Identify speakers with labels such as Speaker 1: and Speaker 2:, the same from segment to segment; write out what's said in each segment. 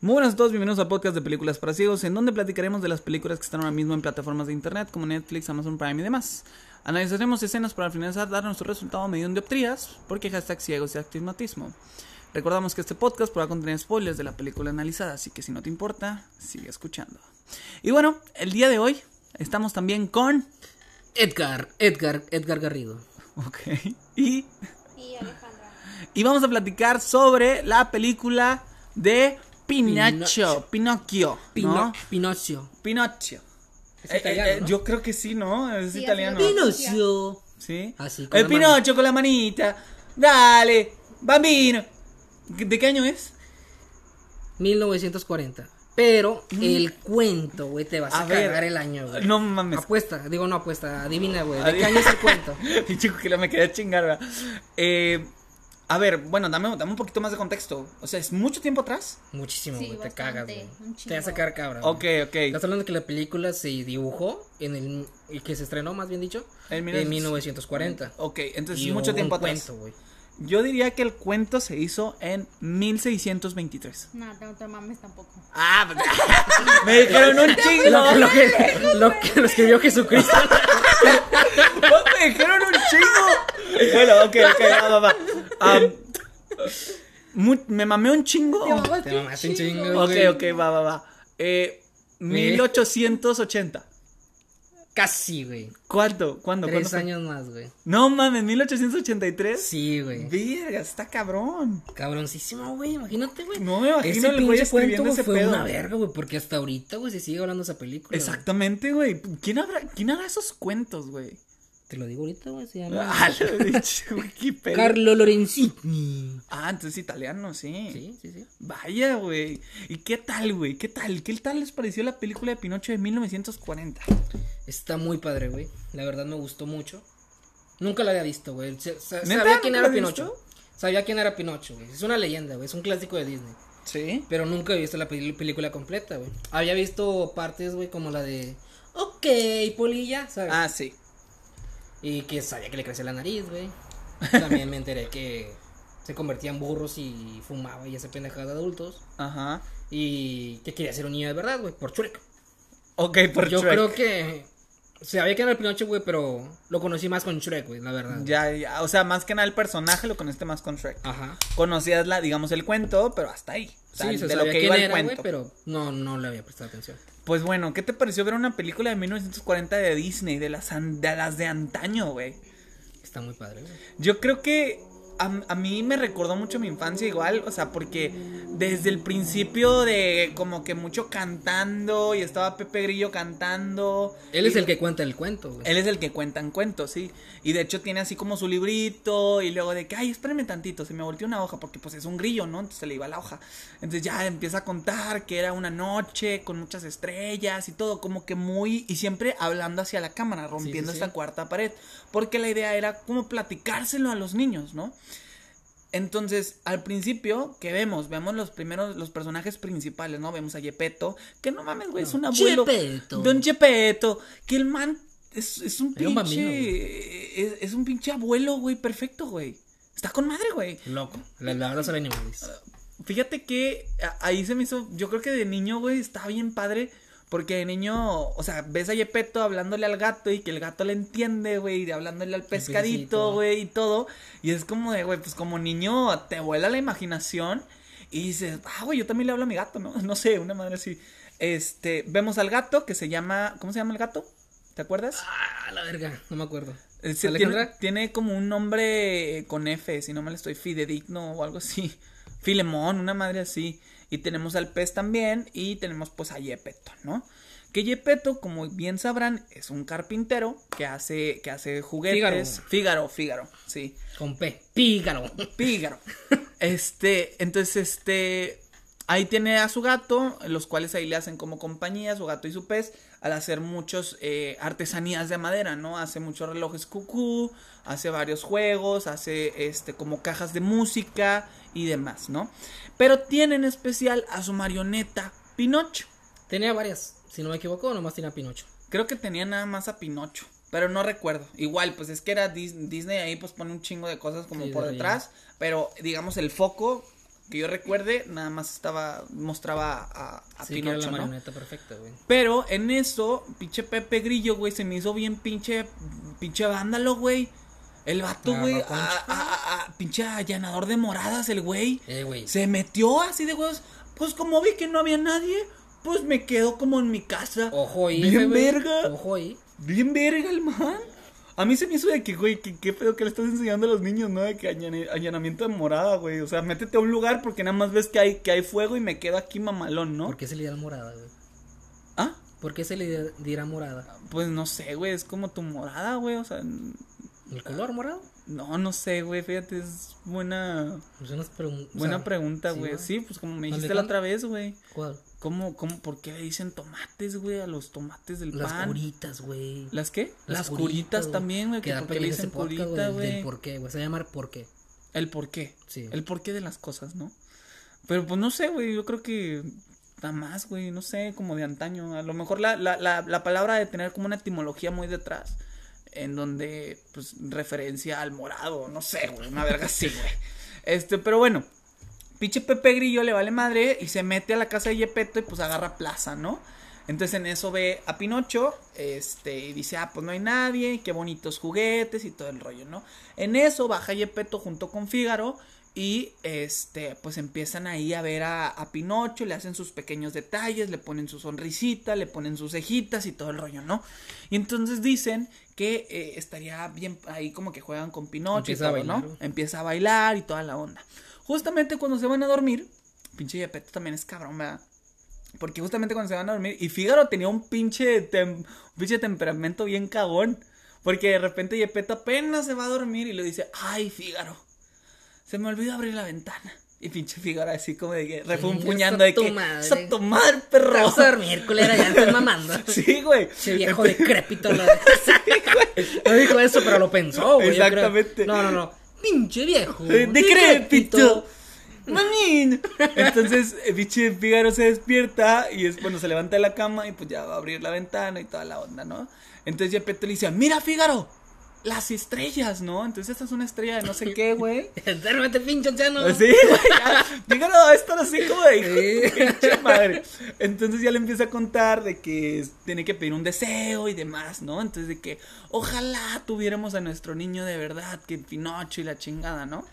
Speaker 1: Muy buenas a todos, bienvenidos a Podcast de Películas para Ciegos, en donde platicaremos de las películas que están ahora mismo en plataformas de internet como Netflix, Amazon Prime y demás. Analizaremos escenas para finalizar dar nuestro resultado mediante dioptrías, porque hashtag ciegos y astigmatismo. Recordamos que este podcast podrá contener spoilers de la película analizada, así que si no te importa, sigue escuchando. Y bueno, el día de hoy estamos también con...
Speaker 2: Edgar, Edgar, Edgar Garrido.
Speaker 1: Ok, y,
Speaker 3: Y Alejandra.
Speaker 1: y vamos a platicar sobre la película de Pinocho, Pinocchio,
Speaker 2: Pino-
Speaker 1: ¿no?
Speaker 2: Pinocho.
Speaker 1: Pinocchio.
Speaker 2: Es
Speaker 1: Eh, eh,
Speaker 2: italiano,
Speaker 1: eh,
Speaker 2: ¿no?
Speaker 1: Yo creo que sí, ¿no? Es
Speaker 3: Sí,
Speaker 1: italiano.
Speaker 3: así lo digo.
Speaker 2: Pinocho.
Speaker 1: Ah, Sí.
Speaker 2: Así, con
Speaker 1: el
Speaker 2: la
Speaker 1: Pinocho con la manita. Dale, bambino. ¿De qué año es?
Speaker 2: 1940. Pero el cuento, güey, te vas a,
Speaker 1: A ver.
Speaker 2: cagar el año, güey.
Speaker 1: No mames.
Speaker 2: Apuesta, digo no apuesta, adivina, güey. ¿De
Speaker 1: Adiv-
Speaker 2: qué año es el cuento?
Speaker 1: Y chico, que la me quería chingar, ¿verdad? Eh, a ver, bueno, dame, dame un poquito más de contexto. O sea, ¿es mucho tiempo atrás?
Speaker 2: Muchísimo,
Speaker 3: Sí,
Speaker 2: güey, te
Speaker 3: bastante,
Speaker 2: cagas, güey.
Speaker 3: un
Speaker 2: Te vas a
Speaker 3: chingo.
Speaker 2: cagar cabra. güey.
Speaker 1: Ok,
Speaker 2: Estás
Speaker 1: ok.
Speaker 2: hablando que la película se dibujó en el y que se estrenó, más bien dicho,
Speaker 1: En
Speaker 2: en,
Speaker 1: 1900.
Speaker 2: 1940.
Speaker 1: Ok, entonces
Speaker 2: Y
Speaker 1: mucho
Speaker 2: hubo
Speaker 1: tiempo
Speaker 2: un
Speaker 1: atrás.
Speaker 2: cuento, güey.
Speaker 1: Yo diría que el cuento se hizo en 1623.
Speaker 3: No, no te mames tampoco.
Speaker 1: Ah, pues- me dijeron un chingo.
Speaker 2: Lo que, lo que lo escribió Jesucristo.
Speaker 1: ¡Oh, me dijeron un chingo! Bueno, ok, ok, va, va, va. Am, mu- me mamé un chingo.
Speaker 2: Te mamaste un chingo,
Speaker 1: Ok,
Speaker 2: güey.
Speaker 1: ok, va, va, va. Eh, 1880.
Speaker 2: Casi, güey.
Speaker 1: ¿Cuánto? ¿Cuándo? ¿Cuándo
Speaker 2: Tres
Speaker 1: fue?
Speaker 2: años más, güey.
Speaker 1: No mames, 1883.
Speaker 2: Sí, güey.
Speaker 1: Verga, está cabrón.
Speaker 2: Cabroncísimo, güey. Imagínate, güey.
Speaker 1: No me imagino
Speaker 2: Ese
Speaker 1: el güey
Speaker 2: pinche cuento
Speaker 1: escribiendo
Speaker 2: güey,
Speaker 1: ese
Speaker 2: fue
Speaker 1: pedo.
Speaker 2: una verga, güey. Porque hasta ahorita, güey, se sigue hablando esa película. güey.
Speaker 1: Exactamente, güey. ¿Quién habrá, ¿Quién hará esos cuentos, güey?
Speaker 2: Te lo digo ahorita, güey. Se llama
Speaker 1: Ah, lo he dicho, güey, qué pedo.
Speaker 2: Carlo Lorenzini.
Speaker 1: Ah, entonces italiano, sí.
Speaker 2: Sí, sí, sí.
Speaker 1: Vaya, güey. ¿Y qué tal, güey? ¿Qué tal? ¿Qué tal les pareció la película de Pinocho de 1940?
Speaker 2: Está muy padre, güey. La verdad me gustó mucho. Nunca la había visto, güey. Se- sa-
Speaker 1: ¿Neta?
Speaker 2: Sabía quién
Speaker 1: ¿Nunca
Speaker 2: era
Speaker 1: la habías
Speaker 2: Pinocho. Sabía quién era Pinocho, güey. Es una leyenda, güey. Es un clásico de Disney.
Speaker 1: Sí.
Speaker 2: Pero nunca había visto la pel- película completa, güey. Había visto partes, güey, como la de. Ok, polilla, ¿sabes?
Speaker 1: Ah, sí.
Speaker 2: Y que sabía que le crecía la nariz, güey. También me enteré que se convertía en burros y fumaba y esa pendejada de adultos.
Speaker 1: Ajá.
Speaker 2: Y que quería ser un niño de verdad, güey, por Shrek.
Speaker 1: Ok, por
Speaker 2: Yo
Speaker 1: Shrek.
Speaker 2: creo que. Se había quedado el Pinocho, güey, pero lo conocí más con Shrek, güey, la verdad. güey.
Speaker 1: Ya, ya, o sea, más que nada el personaje lo conociste más con Shrek.
Speaker 2: Ajá.
Speaker 1: Conocías la, digamos, el cuento, pero hasta ahí. O sea,
Speaker 2: Sí, se
Speaker 1: de
Speaker 2: sabía
Speaker 1: lo que
Speaker 2: quién
Speaker 1: iba el
Speaker 2: era, güey,
Speaker 1: cuento.
Speaker 2: pero no, no le había prestado atención.
Speaker 1: Pues bueno, ¿qué te pareció ver una película de 1940 de Disney, de las, an- de, las de antaño, güey?
Speaker 2: Está muy padre, güey.
Speaker 1: Yo creo que a, a mí me recordó mucho mi infancia igual, o sea, porque desde el principio de como que mucho cantando y estaba Pepe Grillo cantando.
Speaker 2: Él es
Speaker 1: Y-
Speaker 2: el que cuenta el cuento, güey.
Speaker 1: Él es el que cuentan cuentos, sí. Y de hecho tiene así como su librito y luego de que, ay, espérame tantito, se me volteó una hoja porque pues es un grillo, ¿no? Entonces se le iba la hoja. Entonces ya empieza a contar que era una noche con muchas estrellas y todo, como que muy... Y siempre hablando hacia la cámara, rompiendo
Speaker 2: sí.
Speaker 1: esta cuarta pared. Porque la idea era como platicárselo a los niños, ¿no? Entonces, al principio, ¿qué vemos? Vemos los primeros, los personajes principales, ¿no? Vemos a Yepeto, que no mames, güey,
Speaker 2: Ah.
Speaker 1: es un abuelo.
Speaker 2: Gepetto.
Speaker 1: Don Yepeto, que el man es, es un
Speaker 2: Era
Speaker 1: pinche.
Speaker 2: un bambino,
Speaker 1: es, es un pinche abuelo, güey, perfecto, güey. Está con madre, güey.
Speaker 2: Loco. La la verdad son animales.
Speaker 1: Fíjate que a- ahí se me hizo. Yo creo que de niño, güey, está bien padre. Porque de niño, o sea, ves a Yepeto hablándole al gato y que el gato le entiende, güey, y hablándole al pescadito,
Speaker 2: pececito.
Speaker 1: güey, y todo. Y es como de, güey, pues como niño te vuela la imaginación y dices, ah, güey, yo también le hablo a mi gato, ¿no? No sé, una madre así. Este, vemos al gato que se llama, ¿cómo se llama el gato? ¿Te acuerdas?
Speaker 2: Ah, la verga. No me acuerdo.
Speaker 1: Eh, sí, tiene,
Speaker 2: ¿Alejandra?
Speaker 1: tiene como un nombre eh, con F, si no mal estoy, Fidedigno o algo así. Filemón, una madre así. Y tenemos al pez también y tenemos pues a Yepeto, ¿no? Que Yepeto, como bien sabrán, es un carpintero que hace, que hace juguetes. Fígaro, Fígaro, sí.
Speaker 2: Con P. Pícaro.
Speaker 1: Pígaro. Este, entonces, este. Ahí tiene a su gato, los cuales ahí le hacen como compañía, su gato y su pez, al hacer muchos eh, artesanías de madera, ¿no? Hace muchos relojes cucú, hace varios juegos, hace este como cajas de música y demás, ¿no? Pero tiene en especial a su marioneta Pinocho.
Speaker 2: Tenía varias, si no me equivoco, nomás tenía Pinocho.
Speaker 1: Creo que tenía nada más a Pinocho, pero no recuerdo. Igual, pues es que era Dis- Disney ahí pues pone un chingo de cosas como
Speaker 2: Sí,
Speaker 1: por
Speaker 2: de
Speaker 1: detrás, pero digamos el foco Que yo recuerde, nada más estaba, mostraba a, a
Speaker 2: Así que
Speaker 1: Ah,
Speaker 2: era
Speaker 1: Pinocho,
Speaker 2: la
Speaker 1: ¿no?
Speaker 2: marioneta perfecta, güey.
Speaker 1: Pero en eso, pinche Pepe Grillo, güey, se me hizo bien pinche, pinche vándalo, güey. El vato,
Speaker 2: Ah,
Speaker 1: güey,
Speaker 2: Raconcho.
Speaker 1: a- a- a- a- pinche allanador de moradas, el güey.
Speaker 2: Eh, güey.
Speaker 1: Se metió así de huevos. Pues como vi que no había nadie, pues me quedo como en mi casa.
Speaker 2: Ojo ahí,
Speaker 1: Bien
Speaker 2: güey.
Speaker 1: verga.
Speaker 2: Ojo ahí.
Speaker 1: Bien verga el man. A mí se me hizo de que, güey, que, qué pedo que le estás enseñando a los niños, ¿no? De que allane- allanamiento de morada, güey. O sea, métete a un lugar porque nada más ves que hay, que hay fuego y me quedo aquí mamalón, ¿no?
Speaker 2: ¿Por qué se le dirá morada, güey?
Speaker 1: Ah,
Speaker 2: ¿Por qué se le dirá morada?
Speaker 1: pues no sé, güey, es como tu morada, güey. O sea, n-
Speaker 2: ¿El color morado?
Speaker 1: no, no sé, güey, fíjate, es buena,
Speaker 2: Pues unas pregun- o
Speaker 1: buena
Speaker 2: sea,
Speaker 1: pregunta,
Speaker 2: sí,
Speaker 1: güey.
Speaker 2: ¿no?
Speaker 1: Sí, pues como me
Speaker 2: ¿Dónde
Speaker 1: dijiste la
Speaker 2: están?
Speaker 1: otra vez, güey.
Speaker 2: ¿Cuál?
Speaker 1: ¿Cómo, cómo, por qué le dicen tomates, güey, a los tomates del
Speaker 2: Las
Speaker 1: pan?
Speaker 2: curitas, güey.
Speaker 1: ¿Las qué? Las,
Speaker 2: Las
Speaker 1: curitas
Speaker 2: güey.
Speaker 1: también, güey. que
Speaker 2: Que da
Speaker 1: ¿Por qué le
Speaker 2: peligro ese
Speaker 1: dicen
Speaker 2: podcast,
Speaker 1: curita,
Speaker 2: güey. del-
Speaker 1: güey?
Speaker 2: Del por qué, güey. Se va a llamar por qué.
Speaker 1: El por qué.
Speaker 2: Sí.
Speaker 1: El porqué de las cosas, ¿no? Pero pues no sé, güey, yo creo que nada más, güey, no sé, como de antaño. A lo mejor la, la, la, la palabra de tener como una etimología muy detrás, en donde, pues, referencia al morado, no sé, güey, una verga así, güey. Este, pero bueno, pinche Pepe Grillo le vale madre y se mete a la casa de Yepeto y pues agarra plaza, ¿no? Entonces en eso ve a Pinocho, este, y dice, ah, pues no hay nadie, qué bonitos juguetes y todo el rollo, ¿no? En eso baja Yepeto junto con Fígaro y, este, pues empiezan ahí a ver a, a Pinocho, le hacen sus pequeños detalles, le ponen su sonrisita, le ponen sus cejitas y todo el rollo, ¿no? Y entonces dicen que eh, estaría bien, ahí como que juegan con Pinocho y
Speaker 2: Empieza a
Speaker 1: todo, ¿no?
Speaker 2: bailar, güey.
Speaker 1: Empieza a bailar y toda la onda. Justamente cuando se van a dormir, pinche Yepeto también es cabrón, ¿verdad? Porque justamente cuando se van a dormir, y Fígaro tenía un pinche, tem- un pinche temperamento bien cagón. Porque de repente Yepeto apenas se va a dormir y le dice, ay, Fígaro, se me olvidó abrir la ventana. Y pinche Fígaro así como de que refunfuñando
Speaker 2: a
Speaker 1: de
Speaker 2: tu
Speaker 1: que,
Speaker 2: madre.
Speaker 1: "Sa tu madre, perro!
Speaker 2: Te vas a dormir, culera, ya estás mamando.
Speaker 1: Sí, güey.
Speaker 2: Ese viejo decrépito. la- No dijo eso, pero lo pensó, güey. yo creo.
Speaker 1: Exactamente.
Speaker 2: No, no, no. Pinche viejo.
Speaker 1: Eh, decrépito. Manín. Entonces, el pinche Fígaro se despierta y es cuando se levanta de la cama y pues ya va a abrir la ventana y toda la onda, ¿no? Entonces Yepeto le dice, mira Fígaro, las estrellas, ¿no? Entonces esta es una estrella de no sé qué, güey.
Speaker 2: Duérmete, pinche anciano.
Speaker 1: Ah, Sí, güey. ya. Fígaro, esto así como de hijo de
Speaker 2: Sí.
Speaker 1: pinche madre. Entonces ya le empieza a contar de que tiene que pedir un deseo y demás, ¿no? Entonces de que ojalá tuviéramos a nuestro niño de verdad, que Pinocho y la chingada, ¿no?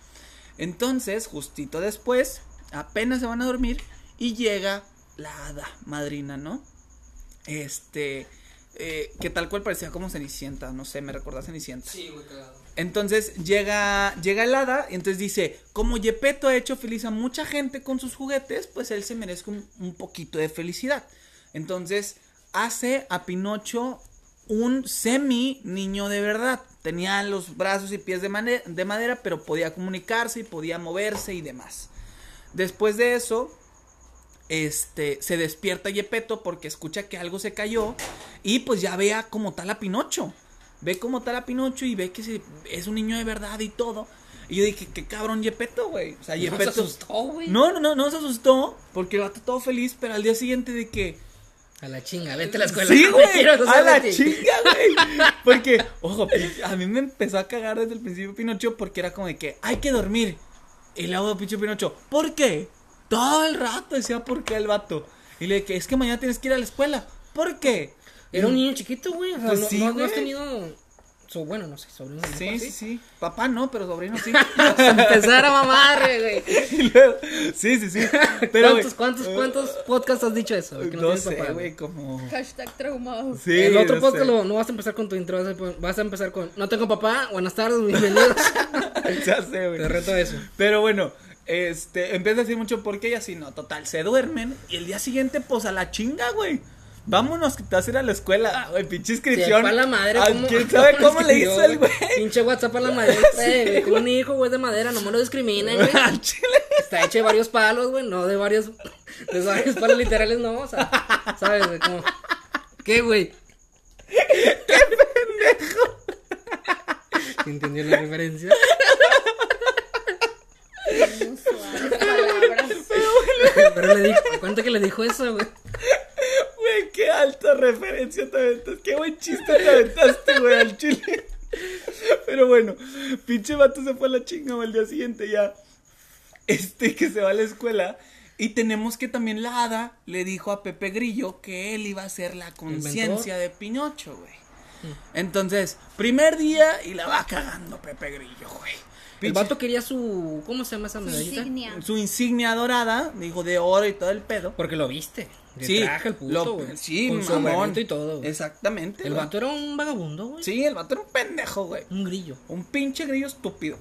Speaker 1: Entonces, justito después, apenas se van a dormir y llega la hada madrina, ¿no? Este, eh, que tal cual parecía como Cenicienta, no sé, me recordó a Cenicienta.
Speaker 2: Sí, güey, cagado.
Speaker 1: Entonces llega, llega el hada y entonces dice, como Yepeto ha hecho feliz a mucha gente con sus juguetes, pues él se merece un, un poquito de felicidad. Entonces hace a Pinocho un semi niño de verdad. Tenía los brazos y pies de, mane- de madera, pero podía comunicarse y podía moverse y demás. Después de eso, este, se despierta Yepeto porque escucha que algo se cayó y pues ya vea como tal a Pinocho. Ve como tal a Pinocho y ve que se- es un niño de verdad y todo. Y yo dije, qué cabrón Yepeto, güey. O sea,
Speaker 2: No
Speaker 1: Yepeto...
Speaker 2: se asustó, güey.
Speaker 1: No, no, no, no se asustó porque el vato todo feliz, pero al día siguiente de que...
Speaker 2: A la chinga, vete a la escuela.
Speaker 1: Sí,
Speaker 2: Me
Speaker 1: güey.
Speaker 2: quiero asociar
Speaker 1: A la
Speaker 2: de ti.
Speaker 1: chinga, güey. Porque, ojo, pin- a mí me empezó a cagar desde el principio Pinocho porque era como de que hay que dormir. Y luego pinche Pinocho, ¿por qué? Todo el rato decía por qué el vato. Y le dije, es que mañana tienes que ir a la escuela. ¿por qué?
Speaker 2: Era un niño chiquito, güey. O sea,
Speaker 1: Pues
Speaker 2: no,
Speaker 1: sí,
Speaker 2: no- no has
Speaker 1: güey.
Speaker 2: tenido. so- bueno, no sé, sobrino.
Speaker 1: Sí, sí, sí. Papá no, pero sobrino sí.
Speaker 2: Empezar a mamar, güey.
Speaker 1: Y luego- sí, sí, sí. Pero, güey, eh,
Speaker 2: ¿Cuántos, cuántos, cuántos podcasts has dicho eso? güey, que no,
Speaker 1: No
Speaker 2: tienes
Speaker 1: sé,
Speaker 2: papá,
Speaker 1: güey, como.
Speaker 3: Hashtag traumados.
Speaker 1: Sí,
Speaker 2: el otro
Speaker 1: no
Speaker 2: podcast
Speaker 1: sé.
Speaker 2: lo- no vas a empezar con tu intro, vas a, vas a empezar con No tengo papá, buenas tardes, bienvenidos.
Speaker 1: Ya sé, güey.
Speaker 2: Te reto a eso.
Speaker 1: Pero bueno, este, empieza a decir mucho por qué y así no, total, se duermen y el día siguiente, pues a la chinga, güey. Vámonos, que te vas a ir a la escuela, güey, pinche inscripción.
Speaker 2: Se fue a la madre.
Speaker 1: Ah,
Speaker 2: ¿cómo-
Speaker 1: ¿Quién sabe
Speaker 2: cómo
Speaker 1: cómo le
Speaker 2: escribió,
Speaker 1: hizo el güey?
Speaker 2: Pinche WhatsApp a la madre. güey. Tengo un hijo, güey, de madera, no me lo discriminen, güey.
Speaker 1: Al chile.
Speaker 2: Está hecho de varios palos, güey, no de varios, de varios palos literales, no, o sea, ¿sabes, güey? Como, ¿Qué, güey? ¡Qué pendejo! ¿Entendió la referencia?
Speaker 3: Inusuales palabras.
Speaker 2: Pero le dijo, ¿cuánto que le dijo eso, güey?
Speaker 1: Güey, qué alta referencia te aventaste. Qué buen chiste te aventaste, güey, al chile. Pero bueno, pinche vato se fue a la chinga güey, al día siguiente ya. este, que se va a la escuela. Y tenemos que también la hada le dijo a Pepe Grillo que él iba a ser la conciencia de Pinocho, güey.
Speaker 2: Mm.
Speaker 1: Entonces, primer día y la va cagando Pepe Grillo, güey.
Speaker 2: El
Speaker 1: Pinche-
Speaker 2: vato quería su. ¿Cómo se llama esa medallita?
Speaker 3: Insignia.
Speaker 1: Su insignia dorada, dijo de oro y todo el pedo.
Speaker 2: Porque lo viste. Le
Speaker 1: Sí,
Speaker 2: traje el
Speaker 1: lo-
Speaker 2: puto, güey.
Speaker 1: sí,
Speaker 2: Con su
Speaker 1: mamón.
Speaker 2: sombrerito y todo, güey.
Speaker 1: Exactamente.
Speaker 2: El
Speaker 1: güey.
Speaker 2: vato era un vagabundo, güey.
Speaker 1: Sí, el vato era un pendejo, güey.
Speaker 2: Un grillo.
Speaker 1: Un pinche grillo estúpido.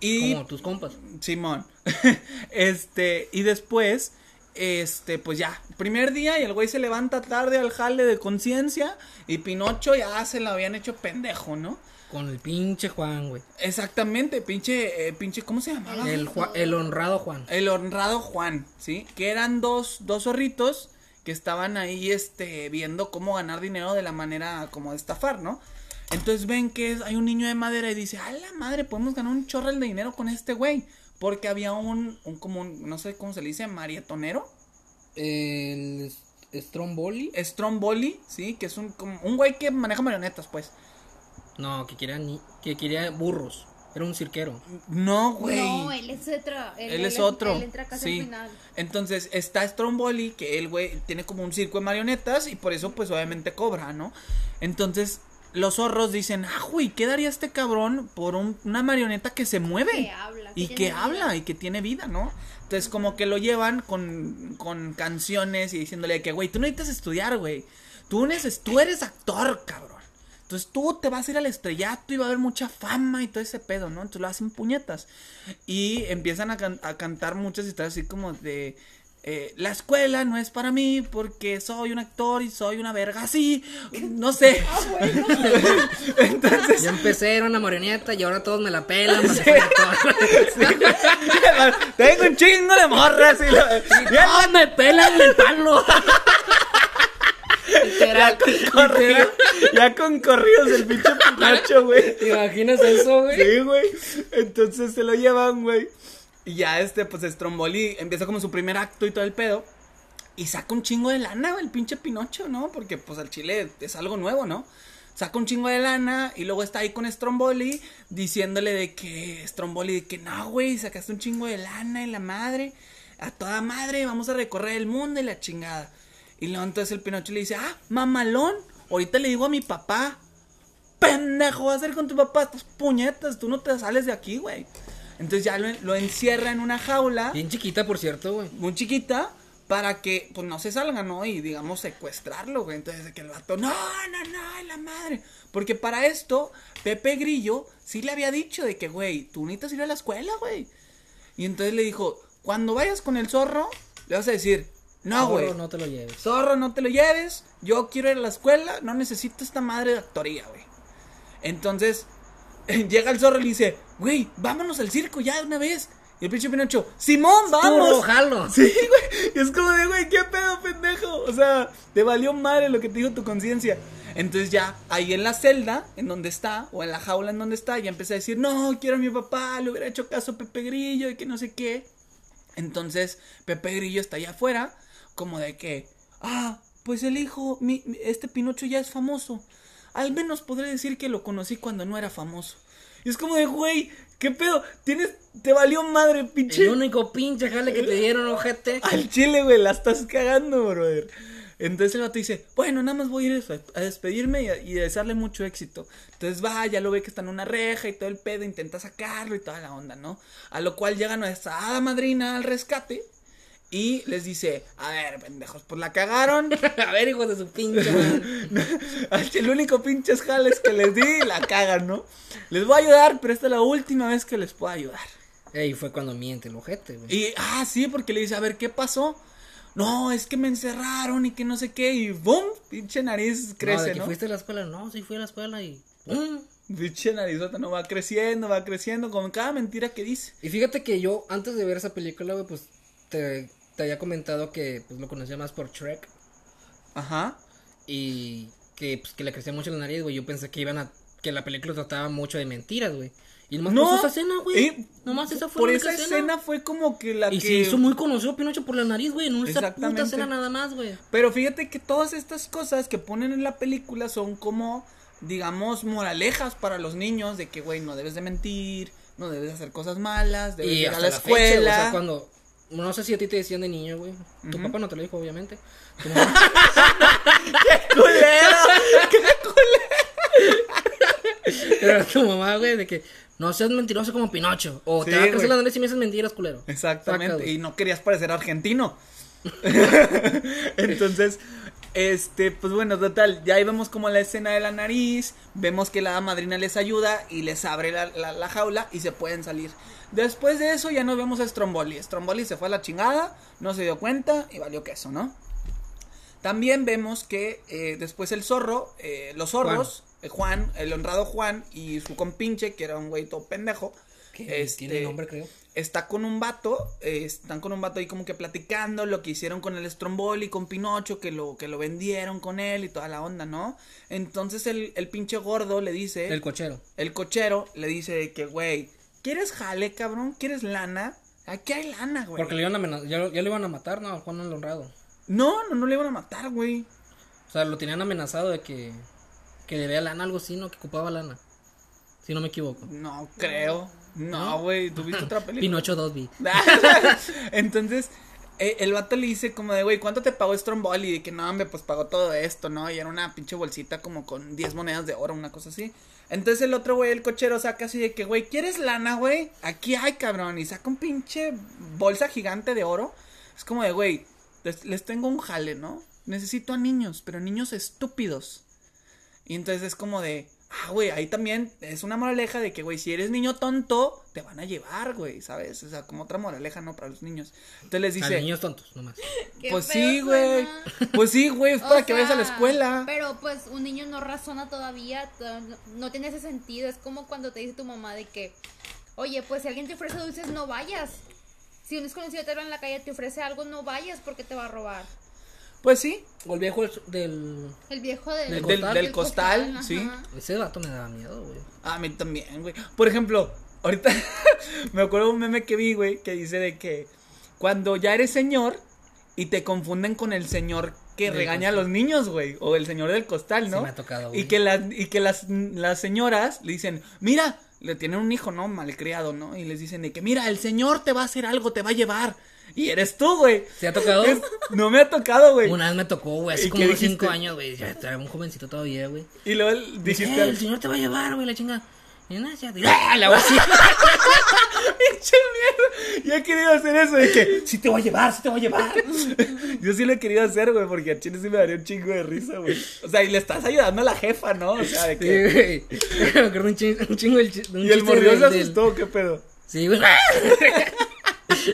Speaker 1: Y
Speaker 2: Como tus compas.
Speaker 1: Simón. este, y después, este, pues ya, primer día y el güey se levanta tarde al jale de conciencia y Pinocho ya se lo habían hecho pendejo, ¿no?
Speaker 2: Con el pinche Juan, güey.
Speaker 1: Exactamente, pinche, eh, pinche, ¿cómo se llamaba?
Speaker 2: El, Ju- el honrado Juan.
Speaker 1: El honrado Juan, ¿sí? Que eran dos, dos zorritos que estaban ahí, este, viendo cómo ganar dinero de la manera como de estafar, ¿no? Entonces ven que es- hay un niño de madera y dice, a la madre, podemos ganar un chorral de dinero con este güey. Porque había un, un como un, no sé cómo se le dice, marietonero,
Speaker 2: El Stromboli.
Speaker 1: Stromboli, ¿sí? Que es un, como, un güey que maneja marionetas, pues.
Speaker 2: No, que quería, ni- que quería burros. Era un cirquero.
Speaker 1: No, güey.
Speaker 3: No, él es otro. Él,
Speaker 1: Él es otro.
Speaker 3: Él entra casi
Speaker 1: sí.
Speaker 3: al final.
Speaker 1: Entonces está Stromboli, que el güey tiene como un circo de marionetas y por eso pues obviamente cobra, ¿no? Entonces los zorros dicen, ah, güey, ¿qué daría este cabrón por un- una marioneta que se mueve?
Speaker 3: Que habla, que
Speaker 1: Y
Speaker 3: tiene
Speaker 1: que
Speaker 3: vida?
Speaker 1: habla y que tiene vida, ¿no? Entonces como que lo llevan con, con canciones y diciéndole que, güey, tú no necesitas estudiar, güey. Tú, neces- tú eres actor, cabrón. Entonces tú te vas a ir al estrellato y va a haber mucha fama y todo ese pedo, ¿no? Entonces lo hacen puñetas. Y empiezan a, can- a cantar muchas historias así como de... eh, la escuela no es para mí porque soy un actor y soy una verga así. No sé.
Speaker 2: Yo empecé, era una marioneta y ahora todos me la pelan. porque soy actor.
Speaker 1: Tengo un chingo de morras y la...
Speaker 2: ¡No, me pelan el palo! Literal,
Speaker 1: Corrido,
Speaker 2: literal.
Speaker 1: ya con corridos el pinche Pinocho, güey.
Speaker 2: ¿Te imaginas eso, güey?
Speaker 1: Sí, güey. Entonces se lo llevan, güey. Y ya este, pues Stromboli empieza como su primer acto y todo el pedo. Y saca un chingo de lana, güey, el pinche Pinocho, ¿no? Porque pues al chile es algo nuevo, ¿no? Saca un chingo de lana y luego está ahí con Stromboli diciéndole de que Stromboli de que no, güey, sacaste un chingo de lana y la madre, a toda madre, vamos a recorrer el mundo y la chingada. Y luego entonces el Pinocho le dice, ah, mamalón, ahorita le digo a mi papá, pendejo vas a hacer con tu papá? Estas puñetas, tú no te sales de aquí, güey. Entonces ya lo, lo encierra en una jaula
Speaker 2: Bien chiquita, por cierto, güey.
Speaker 1: muy chiquita para que pues no se salga, ¿no? Y digamos secuestrarlo, güey. Entonces de que el vato, no, no, no, ay, la madre. Porque para esto, Pepe Grillo sí le había dicho de que, güey, tú necesitas ir a la escuela, güey. Y entonces le dijo, cuando vayas con el zorro, le vas a decir, no,
Speaker 2: Zorro,
Speaker 1: güey.
Speaker 2: No te lo lleves.
Speaker 1: Zorro, no te lo lleves. Yo quiero ir a la escuela. No necesito esta madre de actoría, güey. Entonces, llega el zorro y le dice, güey, vámonos al circo ya de una vez. Y el pinche Pinocho, Simón,
Speaker 2: Turro,
Speaker 1: vamos.
Speaker 2: jalo.
Speaker 1: Sí, güey. Y es como de, güey, qué pedo, pendejo. O sea, te valió madre lo que te dijo tu conciencia. Entonces ya, ahí en la celda, en donde está, o en la jaula en donde está, ya empecé a decir, no, quiero a mi papá, le hubiera hecho caso a Pepe Grillo y que no sé qué. Entonces, Pepe Grillo está allá afuera, como de que, ah, pues el hijo, mi, mi- este Pinocho ya es famoso. Al menos podré decir que lo conocí cuando no era famoso. Y es como de, güey, qué pedo, tienes, te valió madre, pinche.
Speaker 2: El único pinche jale que te dieron, ojete.
Speaker 1: Al chile, güey, la estás cagando, brother. Entonces el vato dice, bueno, nada más voy a ir eso, a despedirme y, a- y a desearle mucho éxito. Entonces va, ya lo ve que está en una reja y todo el pedo, intenta sacarlo y toda la onda, ¿no? A lo cual llega nuestra hada madrina al rescate y les dice, a ver, pendejos, pues la cagaron.
Speaker 2: A ver, hijo de su pinche. madre.
Speaker 1: Al chile, el único pinches jales que les di, la cagan, ¿no? Les voy a ayudar, pero esta es la última vez que les puedo ayudar.
Speaker 2: Ey, fue cuando miente el ojete, güey.
Speaker 1: Y, ah, sí, porque le dice, a ver, ¿qué pasó? No, es que me encerraron y que no sé qué, y ¡bum! Pinche nariz
Speaker 2: no, de
Speaker 1: crece,
Speaker 2: que
Speaker 1: ¿no?
Speaker 2: fuiste a la escuela. No, sí fui a la escuela y. Mm.
Speaker 1: Pinche narizota, ¿no? Va creciendo, va creciendo, con cada mentira que dice.
Speaker 2: Y fíjate que yo, antes de ver esa película, güey, pues te, te había comentado que pues, lo conocía más por Shrek.
Speaker 1: Ajá.
Speaker 2: Y que, pues, que le crecía mucho la nariz, güey. Yo pensé que iban a. que la película trataba mucho de mentiras, güey. Y nomás
Speaker 1: No,
Speaker 2: pasó esa escena, güey.
Speaker 1: eh,
Speaker 2: nomás esa fue
Speaker 1: Por
Speaker 2: la
Speaker 1: esa
Speaker 2: única
Speaker 1: escena. fue como que la
Speaker 2: Y
Speaker 1: que...
Speaker 2: se hizo muy conocido Pinocho por la nariz, güey. No esa
Speaker 1: Exactamente.
Speaker 2: puta escena nada más, güey.
Speaker 1: Pero fíjate que todas estas cosas que ponen en la película son como, digamos, moralejas para los niños de que, güey, no debes de mentir, no debes hacer cosas malas, debes
Speaker 2: Y
Speaker 1: ir a
Speaker 2: hasta
Speaker 1: la
Speaker 2: fecha, güey,
Speaker 1: escuela.
Speaker 2: o sea, cuando. No sé si a ti te decían de niño, güey. Tu papá no te lo dijo, obviamente. Tu mamá-
Speaker 1: ¡Culero!
Speaker 2: Pero tu mamá, güey, de que no seas mentiroso como Pinocho. O
Speaker 1: Sí,
Speaker 2: te va a crecer
Speaker 1: güey.
Speaker 2: la nariz si me haces mentiras, culero. Saca,
Speaker 1: Exactamente,
Speaker 2: güey.
Speaker 1: y no querías parecer argentino. Entonces, este, pues bueno, total, ya ahí vemos como la escena de la nariz, vemos que la hada madrina les ayuda y les abre la, la- la jaula y se pueden salir. Después de eso ya nos vemos a Stromboli. Stromboli se fue a la chingada, no se dio cuenta y valió queso, ¿no? También vemos que eh, después el zorro, eh, los zorros, eh, Juan. el honrado Juan y su compinche, que era un güey todo pendejo.
Speaker 2: Que
Speaker 1: este,
Speaker 2: Tiene nombre, creo.
Speaker 1: está con un vato, eh, están con un vato ahí como que platicando lo que hicieron con el Stromboli, con Pinocho, que lo, que lo vendieron con él y toda la onda, ¿no? Entonces el, el pinche gordo le dice,
Speaker 2: El
Speaker 1: el,
Speaker 2: cochero.
Speaker 1: cochero le dice de que, güey, ¿quieres jale, cabrón? ¿Quieres lana? Aquí hay lana, güey.
Speaker 2: Porque le iban a amenazar. Ya, lo- ya lo iban a matar, ¿no? A Juan el Honrado.
Speaker 1: No, no, no le iban a matar, güey.
Speaker 2: O sea, lo tenían amenazado de que. Que debía lana, algo así, ¿no? Que ocupaba lana. Si no me equivoco.
Speaker 1: No creo. No, güey, ¿tuviste otra película?
Speaker 2: Pinocho Dosby.
Speaker 1: Entonces, eh, el vato le dice como de, güey, ¿cuánto te pagó Stromboli? Y de que, no, hombre, pues pagó todo esto, ¿no? Y era una pinche bolsita como con 10 monedas de oro, una cosa así. Entonces el otro güey, el cochero, saca así de que, güey, ¿quieres lana, güey? Aquí hay, cabrón. Y saca un pinche bolsa gigante de oro. Es como de, güey, les, les tengo un jale, ¿no? Necesito a niños, pero niños estúpidos. Y entonces es como de, ah, güey, ahí también es una moraleja de que, güey, si eres niño tonto, te van a llevar, güey, ¿sabes? O sea, como otra moraleja, ¿no? Para los niños. Entonces les
Speaker 2: A
Speaker 1: dice,
Speaker 2: niños tontos, nomás.
Speaker 3: Qué
Speaker 1: pues
Speaker 3: feo
Speaker 1: sí, güey,
Speaker 3: suena.
Speaker 1: pues sí, güey, es
Speaker 3: O
Speaker 1: para que vayas a la
Speaker 3: sea,
Speaker 1: escuela.
Speaker 3: Pero pues un niño no razona todavía, to- no, no tiene ese sentido. Es como cuando te dice tu mamá de que, oye, pues si alguien te ofrece dulces, no vayas. Si un desconocido te ve en la calle y te ofrece algo, no vayas porque te va a robar.
Speaker 1: Pues sí,
Speaker 2: O el viejo es- del.
Speaker 3: El viejo del,
Speaker 1: Del-
Speaker 2: del-
Speaker 1: del costal, sí.
Speaker 3: ajá.
Speaker 2: Ese vato me daba miedo, güey.
Speaker 1: Ah, a mí también, güey. Por ejemplo, ahorita me acuerdo de un meme que vi, güey, que dice de que cuando ya eres señor y te confunden con el señor que
Speaker 2: Del
Speaker 1: regaña a los niños, güey, o el señor del costal,
Speaker 2: Sí
Speaker 1: ¿no?
Speaker 2: me ha tocado, güey.
Speaker 1: Y que, las y que las, las señoras le dicen, mira, le tienen un hijo, ¿no? Malcriado, ¿no? Y les dicen de que, mira, el señor te va a hacer algo, te va a llevar. Y eres tú, güey.
Speaker 2: ¿Se ha tocado?
Speaker 1: Es- no me ha tocado, güey.
Speaker 2: Una vez me tocó, güey,
Speaker 1: ¿Y
Speaker 2: hace como
Speaker 1: qué
Speaker 2: unos
Speaker 1: dijiste?
Speaker 2: cinco años, güey. Ya estaba un jovencito todavía, güey.
Speaker 1: Y luego dijiste,
Speaker 2: Eh, el
Speaker 1: al
Speaker 2: señor te va a llevar, güey, la chinga. Y nada, ya- ¡Ah! La voz así.
Speaker 1: pinche mierda. Yo he querido hacer eso de que, sí te voy a llevar, sí te voy a llevar. Yo sí lo he querido hacer, güey, porque a Chile sí me daría un chingo de risa, güey. O sea, y le estás ayudando a la jefa, ¿no? O sea, de
Speaker 2: Sí,
Speaker 1: que.
Speaker 2: güey. Me acuerdo un chingo, un chingo el chi- un
Speaker 1: y el
Speaker 2: chiste
Speaker 1: mordido
Speaker 2: del-
Speaker 1: se
Speaker 2: del-
Speaker 1: asustó, ¿qué pedo?
Speaker 2: Sí, güey.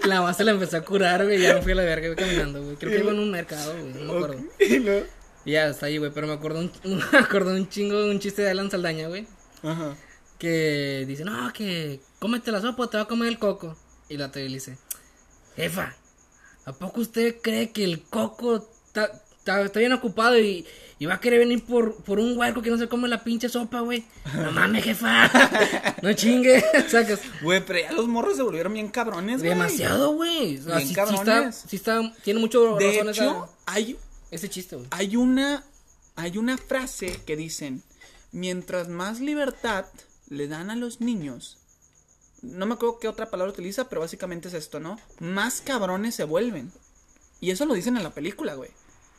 Speaker 2: La voz se la empezó a curar, güey. Ya me fui a la verga, güey, caminando, güey. Creo que iba en un mercado, güey. No me acuerdo.
Speaker 1: Y luego-
Speaker 2: Y ya está ahí, güey. Pero me acuerdo un, me acuerdo un chingo, un chiste de Alan Saldaña, güey.
Speaker 1: Ajá.
Speaker 2: que dice, no, que cómete la sopa, o te va a comer el coco. Y la otra le dice, jefa, ¿a poco usted cree que el coco está, está- está bien ocupado y, y va a querer venir por, por un huerco que no se come la pinche sopa, güey? No mames, jefa, no chingue, sacas.
Speaker 1: Güey, pero ya los morros se volvieron bien cabrones, güey.
Speaker 2: Demasiado, güey. O sea,
Speaker 1: Bien
Speaker 2: sí- sí está,
Speaker 1: cabrones.
Speaker 2: sí está, tiene mucho
Speaker 1: De
Speaker 2: razón esa-
Speaker 1: hecho, ah, hay,
Speaker 2: ese chiste, güey.
Speaker 1: hay una hay una frase que dicen, mientras más libertad le dan a los niños, no me acuerdo qué otra palabra utiliza, pero básicamente es esto, ¿no? Más cabrones se vuelven. Y eso lo dicen en la película, güey.